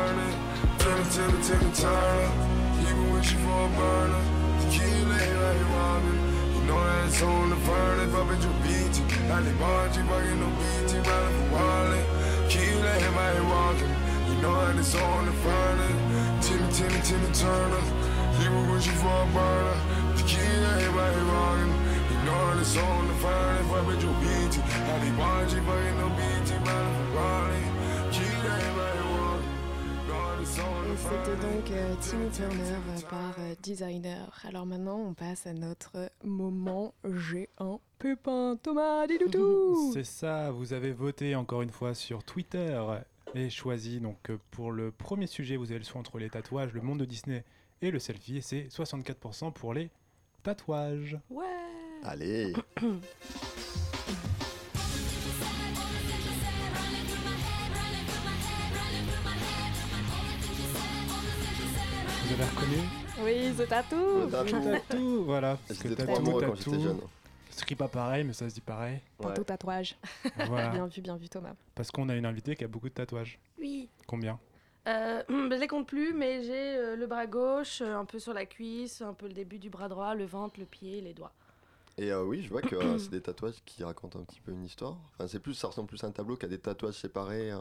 Timmy, Timmy, Timmy Turner. He been with you for a burner. Tequila ain't right here walking. You know that it's on the furnace. Up at your beach. Ali Bargy, bugging no beach. Riding for wallet. Tequila ain't right here walking. You know that it's on the furnace. Timmy, Timmy, Timmy Turner. He been with you for a burner. Tequila ain't right here walking. You know that it's on the furnace. Up at your beach. Ali Bargy, bugging no beach. Riding for wallet.
Et c'était donc euh, Timmy Turner euh, par euh, Designer. Alors maintenant on passe à notre moment géant Pépin. Thomas,
*laughs*
dis-nous tout
C'est ça, vous avez voté encore une fois sur Twitter et choisi donc euh, pour le premier sujet, vous avez le choix entre les tatouages, le monde de Disney et le selfie et c'est 64% pour les tatouages.
Ouais.
Allez,
Vous avez reconnu
Oui, The Tattoo.
The Tattoo.
Tatou, voilà. parce que
J'étais trois
tatou,
mois quand
tatou.
j'étais jeune.
C'est écrit pas pareil, mais ça se dit pareil.
Tantôt tatouage.
Voilà.
Bien vu, bien vu Thomas.
Parce qu'on a une invitée qui a beaucoup de tatouages.
Oui.
Combien
Euh, *clears throat* je les compte plus, mais j'ai euh, le bras gauche, euh, un peu sur la cuisse, un peu le début du bras droit, le ventre, le pied, les doigts.
Et euh, oui, je vois que
*clears throat*
euh, c'est des tatouages qui racontent un petit peu une histoire. Enfin, c'est plus, ça ressemble plus à un tableau qu'à des tatouages séparés. euh.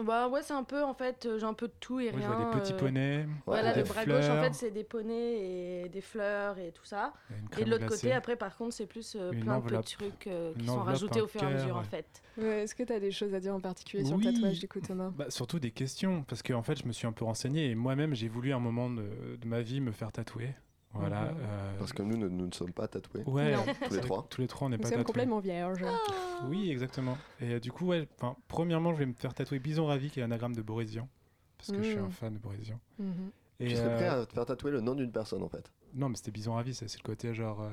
Ah
Bah ouais, c'est un peu en fait, euh, j'ai un peu de tout et
Moi, je
rien.
vois des petits
euh,
poneys.
Voilà,
des
le bras gauche en
fleurs.
fait, c'est des poneys et des fleurs et tout ça.
une
Et
crème
de l'autre
glacée.
côté, après, par contre, c'est plus euh,
Une
plein de
enveloppe.
petits trucs euh, qui
Une
sont
enveloppe,
rajoutés
un
au fur et à
cœur,
mesure en
ouais.
fait.
Ouais, Est-ce que tu as des choses à dire en particulier sur
Oui.
le tatouage du coup Thomas
Bah, surtout des questions, parce qu'en en fait, je me suis un peu renseigné et moi-même, j'ai voulu à un moment de, de ma vie me faire tatouer. Voilà.
Mhm.
euh,
Parce que nous, nous, nous ne sommes pas tatoués.
Ouais,
Non.
*laughs* Tous les trois.
Tous les trois, on n'est
Nous
pas
sommes
tatoués.
complètement vierges.
Oui, exactement. Et euh, du coup, ouais, enfin, premièrement, je vais me faire tatouer Bison Ravi, qui est l'anagramme de Boris Vian, parce que je suis
Mm.
un fan de Boris Vian.
Mhm.
Et
Tu serais prêt
euh,
à te faire tatouer le nom d'une personne en fait.
Non, mais c'était Bison Ravi, c'est c'est le côté genre. euh,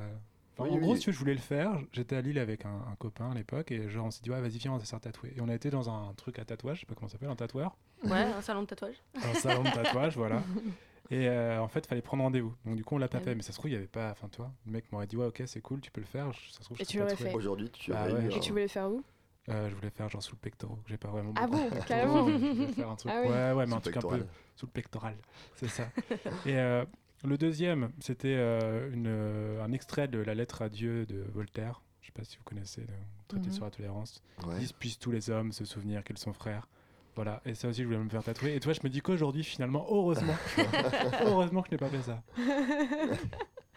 enfin,
Oui,
en
oui.
gros, si tu veux, je voulais le faire, j'étais à Lille avec un, un copain à l'époque, et genre, on s'est dit, ouais, vas-y, viens, on va se faire tatouer. Et on a été dans un truc à tatouage, je sais pas comment ça s'appelle, un tatoueur, *laughs*
Ouais, un salon de tatouage.
un salon de
*laughs*
tatouage, voilà. Et euh, en fait, fallait prendre rendez-vous. Donc, du coup, on l'a pas
Ah
fait, mais ça se trouve, il y avait pas. Enfin, toi, le mec m'aurait dit, ouais, ok, c'est cool, tu peux le faire. je- Ça se trouve, je
Et
serais
tu l'aurais
tatoué.
fait.
Aujourd'hui, tu
Bah
as
ouais.
eu.
Et tu voulais faire où
Euh, je voulais faire genre sous le pectoral, que j'ai pas vraiment.
Ah
beaucoup
bon,
de pectoraux,
carrément.
mais je voulais faire un truc.
Ah oui.
Ouais, ouais, mais
Sous
un
le
truc un peu
pectoral.
sous le pectoral, c'est ça. Et euh, le deuxième, c'était euh, une, euh, un extrait de La Lettre à Dieu de Voltaire. Je sais pas si vous connaissez le traité
Mhm.
sur la tolérance.
Ouais.
Disent puissent tous les hommes se souvenir qu'ils sont frères. Voilà, et ça aussi, je voulais me faire tatouer. Et toi, je me dis qu'aujourd'hui, finalement,
*laughs*
heureusement, heureusement que je n'ai pas fait ça.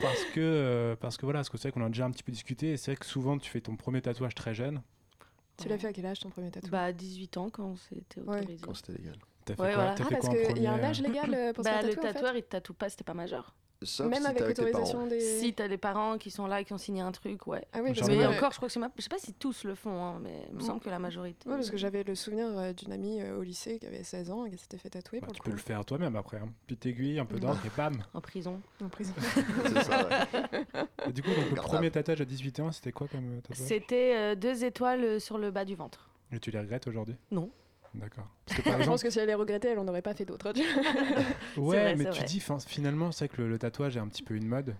Parce que, euh, parce que voilà, parce que c'est vrai qu'on en a déjà un petit peu discuté, et c'est vrai que souvent, tu fais ton premier tatouage très jeune.
Tu l'as fait à quel âge ton premier tatouage
Bah, 18 ans quand c'était
Ouais.
autorisé.
Quand c'était légal.
T'as fait
Ouais,
quoi,
voilà.
T'as
Ah
fait
parce
quoi en
qu'il y a un
premier, euh
âge légal euh, pour se
Bah,
faire
le
tatouer, en fait
tatoueur, il te tatoue pas, c'était pas majeur.
Sauf
Même
si t'es
avec
avec tes
autorisation
parents.
des.
Si t'as les parents qui sont là et qui ont signé un truc, ouais.
Ah oui,
Genre
parce
mais
que-
le-
encore, je crois que c'est ma... Je sais pas si tous le font, hein, mais il me
Mm.
semble que la majorité.
Ouais, parce que j'avais le souvenir euh, d'une amie euh, au lycée qui avait 16 ans et qui s'était fait tatouer
Bah,
pour
tu peux
le
le
coup.
faire toi-même après. Hein. Petite aiguille, un peu d'encre et bam.
En prison.
En prison.
*laughs* C'est ça,
*laughs*
ouais.
Et du coup, donc, le
Gardable.
premier tatouage à 18 ans, c'était quoi comme euh, tatouage
C'était euh, deux étoiles euh, sur le bas du ventre.
Et tu les regrettes aujourd'hui
Non.
D'accord. Parce que
*laughs*
par
Je pense
exemple,
que si elle les regrettait, elle en aurait pas fait d'autres. hein, tu vois.
ouais,
vrai,
mais
c'est
tu
vrai.
dis fin- finalement, c'est vrai que le, le tatouage est un petit peu une mode.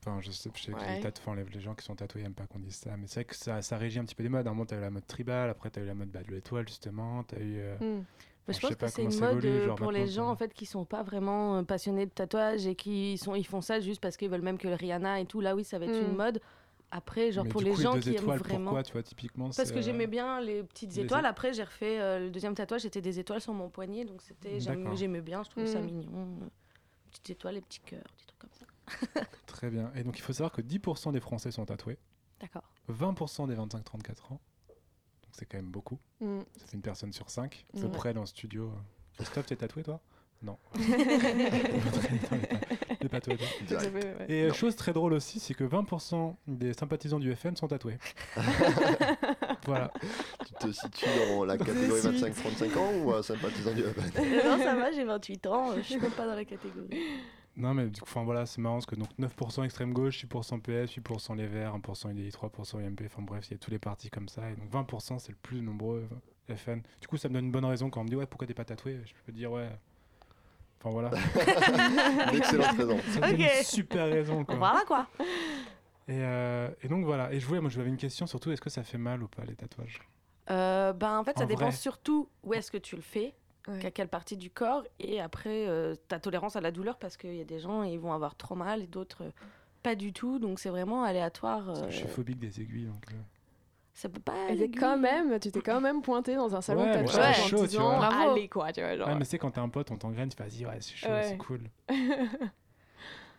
Enfin, je sais, je sais que les,
Ouais.
tatou- enfin, les- les gens qui sont tatoués n'aiment pas qu'on dise ça, mais c'est vrai que ça, ça régit un petit peu des modes. À un moment, t'as eu la mode tribal, après, t'as eu la mode bah, de l'étoile, justement, t'as eu. euh,
Hmm.
Mais
Enfin,
je
je sais
pense
pas
que c'est
comment
une
ça
mode
évolue,
euh,
genre,
pour les
maintenant,
gens
ça-
en fait qui sont pas vraiment euh, passionnés de tatouage et qui sont ils font ça juste parce qu'ils veulent même que le Rihanna et tout là oui ça va être
Mm.
une mode. Après genre
mais
pour
du
les
coup,
gens
deux
qui aiment
étoiles,
vraiment
Pourquoi, tu vois, typiquement
parce
c'est,
que
euh,
j'aimais bien les petites
les
étoiles
étoiles.
après j'ai refait euh, le deuxième tatouage c'était des étoiles sur mon poignet donc c'était j'aime-
D'accord.
j'aimais bien je trouvais ça
Mm.
mignon euh, petites étoiles les petits cœurs des trucs comme ça.
euh, Très bien. Et donc, il faut savoir que 10% des Français sont tatoués,
D'accord.
20% des 25-34 ans. Donc, c'est quand même beaucoup.
*laughs* Hmm.
Ça fait une personne sur cinq, à
Ouais.
peu près dans le studio. Christophe, t'es tatoué toi *laughs* Non. T'es pas tatoué.
Tout à
Direct.
fait, ouais.
Et euh, chose très drôle aussi, c'est que 20% des sympathisants du FN sont tatoués. voilà.
Tu te situes dans la catégorie
suite.
25-35 ans ou à sympathisant du
*laughs*
urban
*laughs* non ça va j'ai 28 ans euh, je suis même pas dans la catégorie.
Non mais du coup, enfin voilà, c'est marrant parce que donc 9% extrême gauche, 6% PS, 8% les Verts, 1% UDI, 3% UMP. Enfin bref, il y a tous les partis comme ça. Et donc 20% c'est le plus nombreux euh, FN. Du coup, ça me donne une bonne raison quand on me dit ouais pourquoi t'es pas tatoué. Je peux dire ouais. Enfin voilà.
Excellente raison.
Ça me donne
Ok.
une super raison quoi.
Voilà quoi.
Et, euh, et donc voilà, et je voulais, moi j'avais une question surtout, est-ce que ça fait mal ou pas les tatouages
Euh, ben, en fait, ça
En
dépend
vrai.
surtout où est-ce que tu le fais,
Ouais.
qu'à quelle partie du corps, et après, euh, ta tolérance à la douleur, parce qu'il y a des gens, ils vont avoir trop mal, et d'autres, euh, pas du tout. Donc, c'est vraiment aléatoire.
Parce que
euh,
Je suis phobique des aiguilles donc... euh.
ça peut pas.
Elle est
l'aiguille.
quand même, tu t'es quand même pointé dans un salon
Ouais,
de
mais
tatouage
c'est
en
chaud, tu
disant
vois.
Bravo.
allez quoi, tu vois, genre.
Ouais, mais c'est quand t'as un pote, on t'engraine, tu fais vas-y, ouais, c'est chaud,
Ouais.
c'est cool.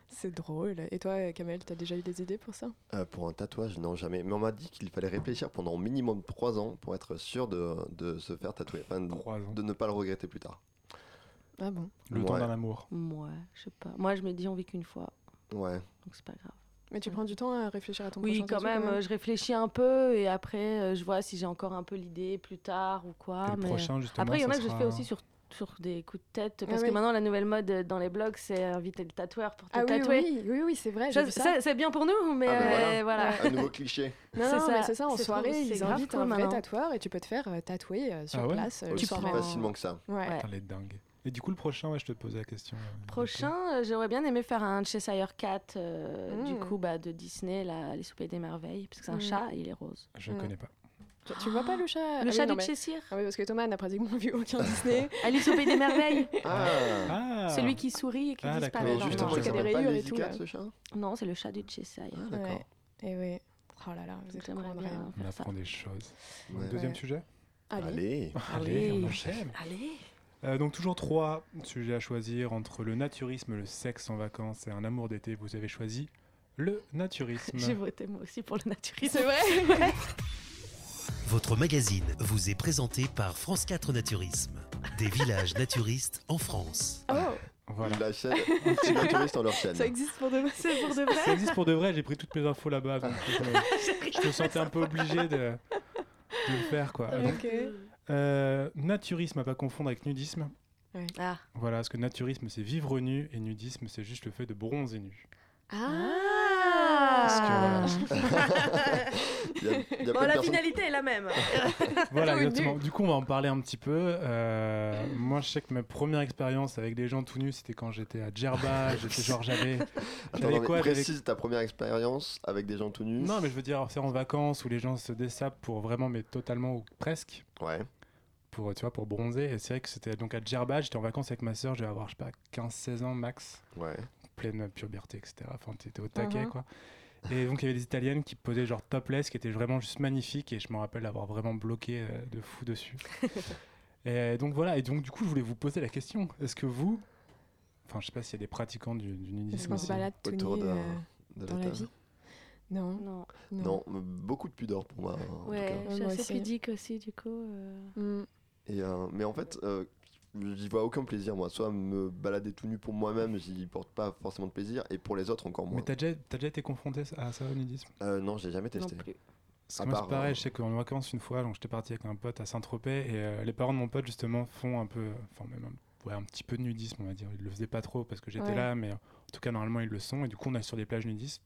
C'est drôle. Et toi, euh, Kamel, t'as déjà eu des idées pour ça
Euh, pour un tatouage, non, jamais. Mais on m'a dit qu'il fallait réfléchir pendant au minimum 3 ans pour être sûr de, de se faire tatouer. Enfin, de,
Trois ans.
de ne pas le regretter plus tard.
Ah bon
Le temps
Ouais.
d'un amour.
Moi, je sais pas. Moi, je me dis, on vit qu'une fois,
Ouais.
donc c'est pas grave.
Mais tu prends du temps à réfléchir à ton
Oui,
prochain
quand
tatou,
même, euh, je réfléchis un peu, et après, euh, je vois si j'ai encore un peu l'idée plus tard ou quoi.
Et le
Ah, mais... euh,
prochain, justement.
Après, il y en a
ça
que je
sera-
fais aussi sur, sur des coups de tête, parce
Ah oui.
que maintenant, la nouvelle mode euh, dans les blogs, c'est inviter le tatoueur pour te
Ah oui,
tatouer.
oui, oui, oui, c'est vrai. Ah, j'ai
Ça,
vu ça.
ça, c'est bien pour nous, mais
Ah ben
euh, voilà.
Un nouveau cliché.
Non,
C'est
non,
ça,
mais c'est ça, en
c'est
soirée,
trop- c'est
ils
grave
invitent
cool
un vrai
maintenant.
tatoueur et tu peux te faire euh, tatouer euh, sur
Ah ouais
place euh, le
Aussi
soir
prends-
même.
facilement que ça.
Ouais.
Putain, les dingues. Et du coup, le prochain, ouais, je te posais la question. euh,
Prochain, euh, j'aurais bien aimé faire un Cheshire Cat, euh, du
Mm.
coup, bah, de Disney, là, Les Soupers des Merveilles, parce que c'est un
Mm.
chat et il est rose.
Je ne
Ouais.
connais pas.
Tu, tu vois pas le chat
Le
Ah oui,
chat
non,
de
mais-
Cheshire,
Ah oui, parce que Thomas n'a pratiquement vu aucun Disney.
Alice au Pays des Merveilles,
Ah
Ah
celui qui sourit et qui
Ah, d'accord.
disparaît.
Mais
dans
juste
le
non,
pourquoi il
temps.
j'ai des
s'appelle pas
rayures et
Lazy
tout,
Cat,
là.
ce chat
euh. Non, c'est le chat du Cheshire.
Ah, d'accord.
Et oui. Oh là là, vous êtes au
J'aimerais
courant de rien.
bien
On
faire ça. Ah
apprend des choses.
Ouais.
Deuxième
Ouais.
sujet
Allez.
Allez.
Allez,
oui.
on enchaîne.
Allez
Euh, donc toujours trois sujets à choisir entre le naturisme, le sexe en vacances et un amour d'été. Vous avez choisi le naturisme.
*laughs* J'ai voté moi aussi pour le naturisme.
C'est vrai
*laughs*
*laughs*
Votre magazine vous est présenté par France 4 Naturisme, des villages naturistes en France.
Oh,
Voilà.
La chaîne, un petit naturiste en leur chaîne.
ça existe pour demain.
C'est pour de vrai
Ça existe pour de vrai. J'ai pris toutes mes infos
*laughs*
là-bas. donc je me- je me sentais un peu obligé de, de le faire quoi. Donc,
Ok.
euh, naturisme à pas confondre avec nudisme.
Ah,
Voilà, parce que naturisme c'est vivre nu et nudisme c'est juste le fait de
*laughs*
bronzer nu.
Ah.
Parce que, voilà.
Il y a, il y a
Ah. Bon,
plein de
la
personnes-
finalité est la même.
Voilà,
Tout nu.
exactement. Du coup, on va en parler un petit peu. Euh, moi, je sais que ma première expérience avec des gens tout nus, c'était quand j'étais à
*laughs*
Djerba. j'étais genre, j'avais.
Attends,
j'avais
non, mais
quoi, j'avais-
précise ta première expérience avec des gens tout nus.
Non, mais je veux dire, c'est en vacances où les gens se dessapent pour vraiment, mais totalement ou presque,
Ouais.
pour, tu vois, pour bronzer. Et c'est vrai que c'était donc à Djerba, j'étais en vacances avec ma soeur, je devais avoir, je sais pas, 15-16 ans max,
Ouais.
pleine puberté, etc. Enfin, t'étais au taquet, quoi. Et donc, il y avait des Italiennes qui posaient genre topless, qui étaient vraiment juste magnifiques, et je me rappelle avoir vraiment bloqué euh, de fou dessus. et donc, voilà. Et donc, du coup, je voulais vous poser la question. Est-ce que vous. Enfin, je sais pas s'il y a des pratiquants du, du
Est-ce
nudisme.
qu'on se
aussi.
balade tout
Autour
nu
d'un-
euh,
De
dans la
table.
vie Non.
Non.
Non.
Non, mais beaucoup de pudeur pour moi. en tout
Ouais,
cas.
je suis
Moi
assez
aussi.
pudique aussi, du coup. euh.
Mm.
Et, euh, mais en fait, euh, j'y vois aucun plaisir, moi. Soit me balader tout nu pour moi-même, j'y porte pas forcément de plaisir, et pour les autres encore
Mais
moins.
t'as déjà, t'as déjà été confronté à ça au nudisme
Euh, non, j'ai jamais testé.
Parce
À
que moi, c'est
part,
pareil,
euh,
je sais qu'en vacances, une fois, donc j'étais parti avec un pote à Saint-Tropez, et euh, les parents de mon pote, justement, font un peu, enfin, même un, ouais, un petit peu de nudisme, on va dire. Ils le faisaient pas trop parce que j'étais
Ouais.
là, mais euh, en tout cas, normalement, ils le sont, et du coup, on est sur des plages nudistes.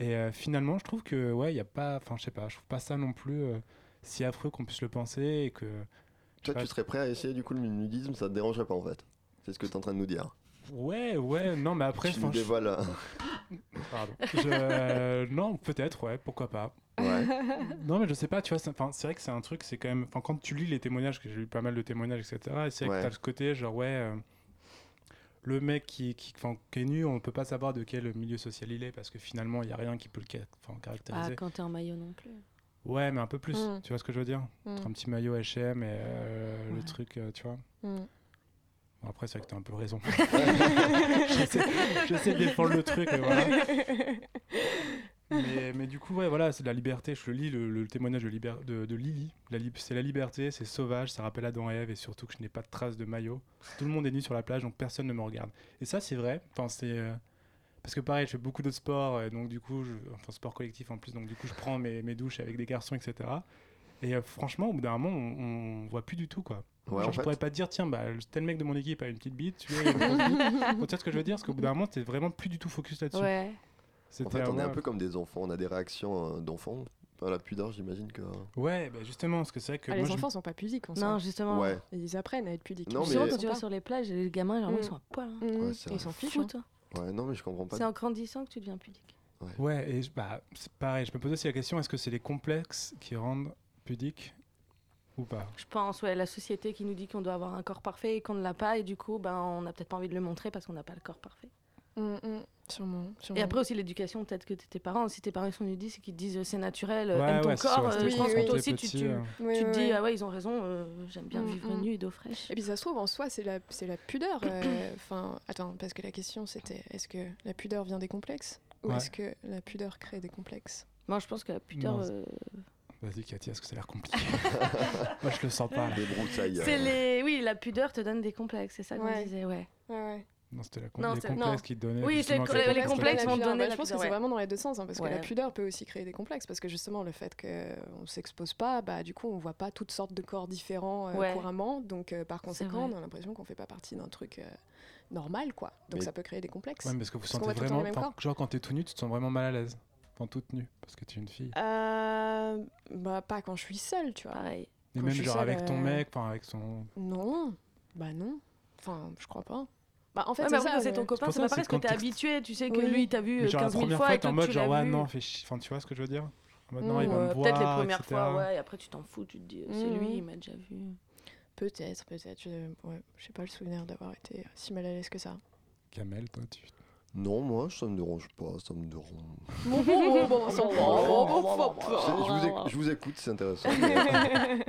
Et euh, finalement, je trouve que, ouais, il y a pas, enfin, je sais pas, je trouve pas ça non plus euh, si affreux qu'on puisse le penser, et que. je sais
Toi,
pas,
tu serais prêt à essayer du coup le nudisme, ça te dérangerait pas en fait. C'est ce que t'es en train de nous dire.
Ouais, ouais, non, mais après,
tu nous
enfin, je-
dévoiles. euh,
pardon. Je- *laughs* euh, non, peut-être, ouais, pourquoi pas. *laughs*
Ouais.
Non, mais je sais pas, tu vois, c'est enfin, c'est vrai que c'est un truc, c'est quand même. Enfin, quand tu lis les témoignages, que j'ai lu pas mal de témoignages, etc., et c'est vrai
Ouais.
que t'as ce côté, genre, ouais, euh, le mec qui, qui, enfin, qui est nu, on peut pas savoir de quel milieu social il est, parce que finalement, il y a rien qui peut le ca- enfin,
Ah,
caractériser.
quand t'es en maillot non plus.
ouais, mais un peu plus,
Mm.
tu vois ce que je veux dire
Mm.
Un petit maillot HM et euh, le
Ouais.
truc, euh, tu vois.
*laughs* Mm.
Bon, après, c'est vrai que t'as un peu raison. *laughs* J'essaie j'essaie de défendre le truc, mais voilà.
Ah,
Mais, mais du coup, ouais, voilà, c'est de la liberté. Je lis le, le témoignage de, liber- de, de Lily. La lib- c'est la liberté, c'est sauvage, ça rappelle Adam et Ève, et surtout que je n'ai pas de traces de maillot. Tout le monde est nu sur la plage, donc personne ne me regarde. Et ça, c'est vrai. Enfin, c'est euh, parce que pareil, je fais beaucoup d'autres sports, euh, donc du coup, je... enfin sport collectif en plus, donc du coup, je prends mes, mes douches avec des garçons, etc. Et euh, franchement, au bout d'un moment, on, on voit plus du tout, quoi.
Ouais,
Genre,
en
je
fait.
pourrais pas te dire, tiens, bah, le- tel mec de mon équipe a une petite bite, tu vois, il a une grosse
*laughs*
bite. Donc, tu vois ce que je veux dire Parce qu'au bout d'un moment, t'es vraiment plus du tout focus là-dessus.
Ouais.
C'était
En fait, on est
ouais,
un peu comme des enfants, on a des réactions euh, d'enfants. Enfin, la pudeur, j'imagine que.
Ouais, bah justement, parce que c'est vrai que
Ah,
moi,
les
je-
enfants sont pas pudiques en
Non,
soi.
justement.
Ouais.
Ils apprennent à être pudiques.
Non,
Souvent,
mais-
quand tu vas sur les plages, les gamins, généralement, ils
Mm.
sont à poil. hein.
Mm.
Ouais, c'est
Ils
vrai.
s'en fichent.
Fou,
hein.
toi.
Ouais, non, mais je comprends pas.
C'est en grandissant que tu deviens pudique.
ouais, et je- bah, c'est pareil. Je me pose aussi la question est-ce que c'est les complexes qui rendent pudique ou pas
Je pense, ouais, la société qui nous dit qu'on doit avoir un corps parfait et qu'on ne l'a pas, et du coup, ben, on n'a peut-être pas envie de le montrer parce qu'on n'a pas le corps parfait.
Mm, mm. Sûrement. sûrement.
Et après aussi l'éducation, peut-être que tes parents, si tes parents sont nudistes et qu'ils te disent euh, c'est naturel, euh,
Ouais,
aime ton
ouais, c'est
corps,
resté
euh, je
oui,
pense
oui,
que
quand
toi
t'es
aussi tu,
petit,
tu-
euh,
Ouais,
tu te
ouais,
dis
ouais.
ah ouais, ils ont raison, euh, j'aime bien
Mm,
vivre
mm.
nu et d'eau fraîche.
Et puis ça se trouve, en soi, c'est la, c'est la pudeur. euh,
*clears throat*
Enfin, attends, parce que la question c'était est-ce que la pudeur vient des complexes ou
Ouais.
est-ce que la pudeur crée des complexes
Moi, je pense que la pudeur,
Non,
euh,
Vas-y, Katia, est-ce que ça a l'air
*laughs*
compliqué Moi, je le sens pas. là.
Des broussailles.
c'est
euh,
les. Oui, la pudeur te donne des complexes, c'est ça qu'on
Ouais.
disait, ouais.
Ouais, ouais.
Non, c'était la com-
Non,
les
c'est-
complexes
non.
qui donnaient.
Oui,
justement, cette
c'est- les- les
espèce de-
complexes
la
vont
pudeur.
donner
Bah,
la
Je pense que
pudeur,
c'est
ouais.
vraiment dans les deux sens, hein, parce
Ouais.
que la pudeur peut aussi créer des complexes, parce que justement le fait qu'on ne s'expose pas, bah, du coup on voit pas toutes sortes de corps différents euh,
Ouais.
couramment, donc euh, par
C'est
conséquent
vrai.
on a l'impression qu'on fait pas partie d'un truc euh, normal, quoi. Donc
Mais-
ça peut créer des complexes.
Ouais, mais parce que vous
qu'on
sentez
voit tout le temps
vraiment.
les mêmes
enfin, Genre, quand t'es tout nu, tu te sens vraiment mal à l'aise. Enfin, toute nue, parce que t'es une fille.
Euh, bah, pas quand je suis seule, tu vois.
Pareil.
Et
quand
même,
euh,
je suis
genre,
seule,
avec ton
euh,
mec, enfin, avec son.
Non, bah non. Enfin, je crois pas. Bah, en fait,
Ouais,
c'est
mais oui,
ça,
c'est
mais-
ton copain,
pour
c'est
ça,
pas
c'est
parce que t'es
contexte.
habitué, tu sais que
Oui.
lui, t'as vu
Mais
euh,
genre la
15 000
première
fois,
fois,
et
t'es
toi,
en mode
tu
genre,
l'as
ouais,
vu.
non, fais chi- enfin, tu vois ce que je veux dire Maintenant, il
Mmh,
va
Ouais,
me voir.
Peut-être les premières
etc.
fois, ouais, et après tu t'en fous, tu te dis, c'est
Mhm.
lui, il m'a déjà vu.
Peut-être, peut-être. Je ouais, j'ai pas le souvenir d'avoir été euh, si mal à l'aise que ça.
Kamel, toi, tu.
Non, moi, ça me dérange pas, ça me dérange.
Oh,
Je, sais, je vous éc- je vous écoute, c'est
*laughs*
intéressant. Mais,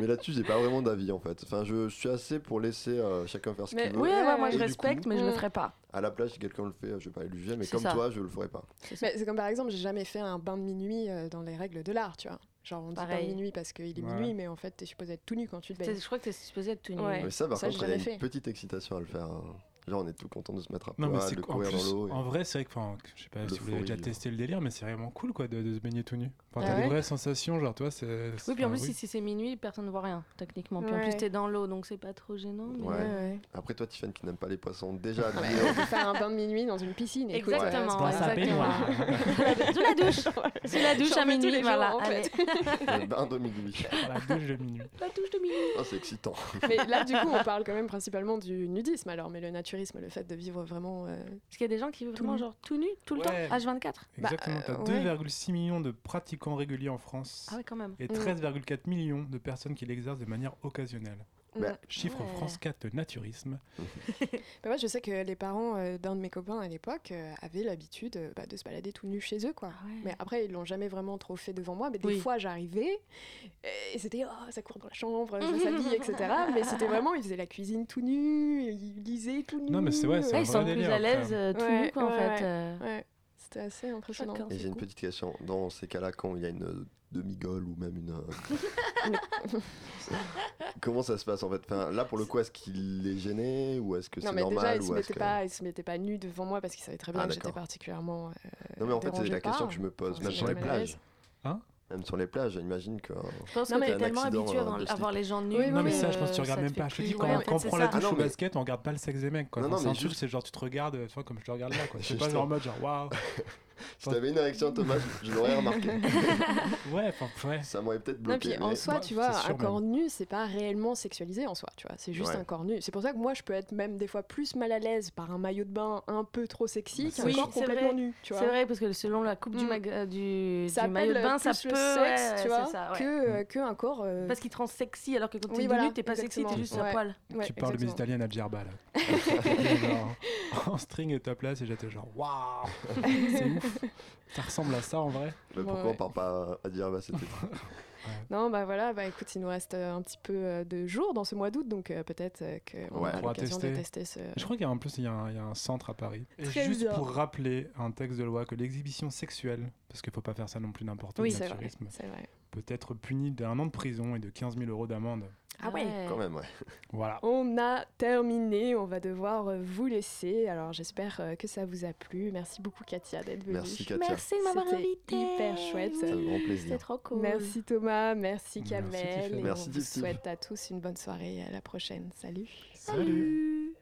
mais là-dessus, j'ai pas vraiment d'avis en fait. Enfin, je, je suis assez pour laisser euh, chacun faire ce
Mais
qu'il veut.
oui, ouais, moi je
Et du
respecte,
coup-
mais je le
Mhm.
ferai pas.
À la plage, si quelqu'un le fait, euh, je vais pas le juger, mais
C'est
comme
ça.
toi, je le ferai pas.
Mais c'est comme par exemple, j'ai jamais fait un bain de minuit euh, dans les règles de l'art, tu vois. Genre on dit bain de
Pareil.
minuit parce qu'il est
Ouais.
minuit, mais en fait t'es supposé être tout nu quand tu te
T'sais,
baignes.
Je crois que t'es supposé être tout nu.
Ouais.
Mais ça, par
Ça,
contre,
j'ai
il y a
jamais
une
fait.
petite excitation à le faire. hein. Genre, on est tout content de se mettre à
Non, mais
poil,
c'est
de
en,
courir
plus,
dans l'eau. et- hein.
en vrai, c'est vrai que, enfin, je sais pas si vous avez
L'euphorie,
déjà
genre.
testé le délire, mais c'est vraiment cool quoi de, de se baigner tout nu. Enfin,
Ah
t'as
ouais
des vraies sensations, genre, toi, c'est.
Oui, puis en
enfin,
plus, si- si c'est minuit, personne ne voit rien, techniquement. Puis en
Ouais.
plus, t'es dans l'eau, donc c'est pas trop gênant. mais-
Ouais.
ouais.
Après, toi, Tiffany, qui n'aime pas les poissons, déjà,
Ah, mais
dis-le.
on peut faire un bain de minuit dans une piscine. écoute, euh,
Exactement,
c'est
Dans
pas
sa
grave.
exactement.
baignoire.
Sous *laughs* la douche Sous la douche
J'en fais
à
tous
minuit,
les jours,
voilà.
en fait.
allez.
Le bain de minuit.
La douche de minuit.
La douche de minuit
Ah, c'est excitant.
Mais là, du coup, on parle quand même principalement du nudisme alors, mais le naturisme, le fait de vivre vraiment. euh,
Parce qu'il y a des gens qui vivent vraiment
nu.
genre tout nu, tout le
Ouais.
temps, H24.
Bah,
Exactement, t'as
euh, ouais.
2,6 millions de pratiquants réguliers en France
Ah ouais, quand même.
et 13,4 millions de personnes qui l'exercent de manière occasionnelle.
Bah,
Chiffre
Mm. Ouais.
France 4 de naturisme.
Mais moi, Bah je sais que les parents euh, d'un de mes copains à l'époque euh, avaient l'habitude euh, bah, de se balader tout nu chez eux, quoi.
Ah ouais.
Mais après, ils l'ont jamais vraiment trop fait devant moi. Mais des
Oui.
fois, j'arrivais euh, et c'était oh, ça court dans la chambre, ça s'habille, etc. Mais c'était vraiment, ils faisaient la cuisine tout nu, ils lisaient tout nu. euh,
Non, mais c'est- ouais, c'est
Ah,
un
ils
vrai
sont plus
délire,
à
après.
l'aise euh, tout
Ouais,
nu, quoi, en
ouais,
fait.
ouais.
euh,
Ouais, c'était assez impressionnant.
chacun,
Et
c'est
j'ai une
cool.
petite question. Dans ces cas-là, quand il y a une euh, demi-gueule ou
*laughs*
même une. euh, Comment ça se passe en fait Enfin, Là, pour le coup, est-ce qu'il est gêné ou est-ce que
Non,
c'est
mais déjà,
normal
ils se
ou est-ce
mettaient
que-
pas, ils se mettaient pas nus devant moi parce qu'ils savaient très bien
Ah,
que j'étais
d'accord.
particulièrement. euh,
Non, mais en fait, c'est
dérangeait
la question
pas.
que je me pose.
Enfin,
Même
c'est
sur les
jamais mal à
plages.
Hein
Même sur les plages, j'imagine que.
Je pense
Non,
que
mais
t'es
un
tellement
accident,
habitué à
un
euh,
voir- à
plastique.
voir les gens nus.
Oui,
non, mais
oui,
ça,
euh,
je pense que tu
ça
regardes
te
même
fait
pas. Je te
plus-
dis, quand
Ouais,
on
en fait,
quand on
c'est
prend la
ça.
douche
Ah, non,
au
mais-
basket, on regarde pas le sexe des mecs. Quoi.
Non,
Enfin,
non,
c'est un
mais
truc,
juste-
c'est genre, tu te regardes, euh, tu vois, comme je te regarde là, quoi. C'est
Juste
pas genre
en-
en mode,
*laughs*
genre, waouh.
Si t'avais une érection, Thomas, *laughs* je l'aurais remarqué.
Ouais, enfin, ouais.
Ça m'aurait peut-être
Non,
bloqué.
puis en
mais-
soi,
Bah,
tu vois,
c'est sûr,
un corps nu, c'est pas réellement sexualisé en soi, tu vois, c'est juste
Ouais.
un corps nu. C'est pour ça que moi, je peux être même des fois plus mal à l'aise par un maillot de bain un peu trop sexy
Bah,
qu'un
oui,
corps
c'est
complètement
vrai.
nu, tu vois.
C'est vrai, parce que selon la coupe du,
Mm.
mag- euh, du,
Ça
du maillot de
appelle, euh,
bain, ça
plus
peut.
le sexe,
ouais,
tu
c'est
vois,
ça, ouais.
que, euh, que un corps. euh,
Parce qu'il te rend sexy, alors que quand
Oui,
t'es
voilà,
nu, t'es pas sexy, t'es
exactement.
juste
Ouais.
à poil.
ouais,
tu parles de mes
exactement.
italiennes à
*laughs*
Djerba, là. J'étais genre en string et top là, et j'étais genre, waouh,
*laughs*
c'est ouf. Ça ressemble à ça en vrai.
Mais pourquoi
Ouais.
on part pas à dire bah c'était
Non, bah voilà, bah écoute, il nous reste euh, un petit peu euh, de jours dans ce mois d'août, donc euh, peut-être euh, qu'on
Ouais.
aura
On pourra
l'occasion de
tester.
tester ce.
Je crois qu'il y a en plus il y a un, il y a un centre à Paris. Et
Très
juste
bien.
pour rappeler un texte de loi que l'exhibition sexuelle, parce qu'il faut pas faire ça non plus n'importe où,
Oui,
le
c'est vrai.
naturisme,
C'est vrai.
peut être punie d'un an de prison et de 15 000 euros d'amende.
Ah ouais.
quand même ouais.
Voilà.
On a terminé, on va devoir euh, vous laisser. Alors j'espère euh, que ça vous a plu. Merci beaucoup Katia d'être venue.
Merci Katia,
Merci de m'avoir
C'était
invité.
hyper chouette.
c'est un grand
C'était
plaisir.
trop cool.
Merci Thomas, merci
Merci,
Kamel.
Tiffany.
et
Merci,
on vous
Tiffany.
souhaite à tous une bonne soirée et à la prochaine. Salut.
Salut.
Salut.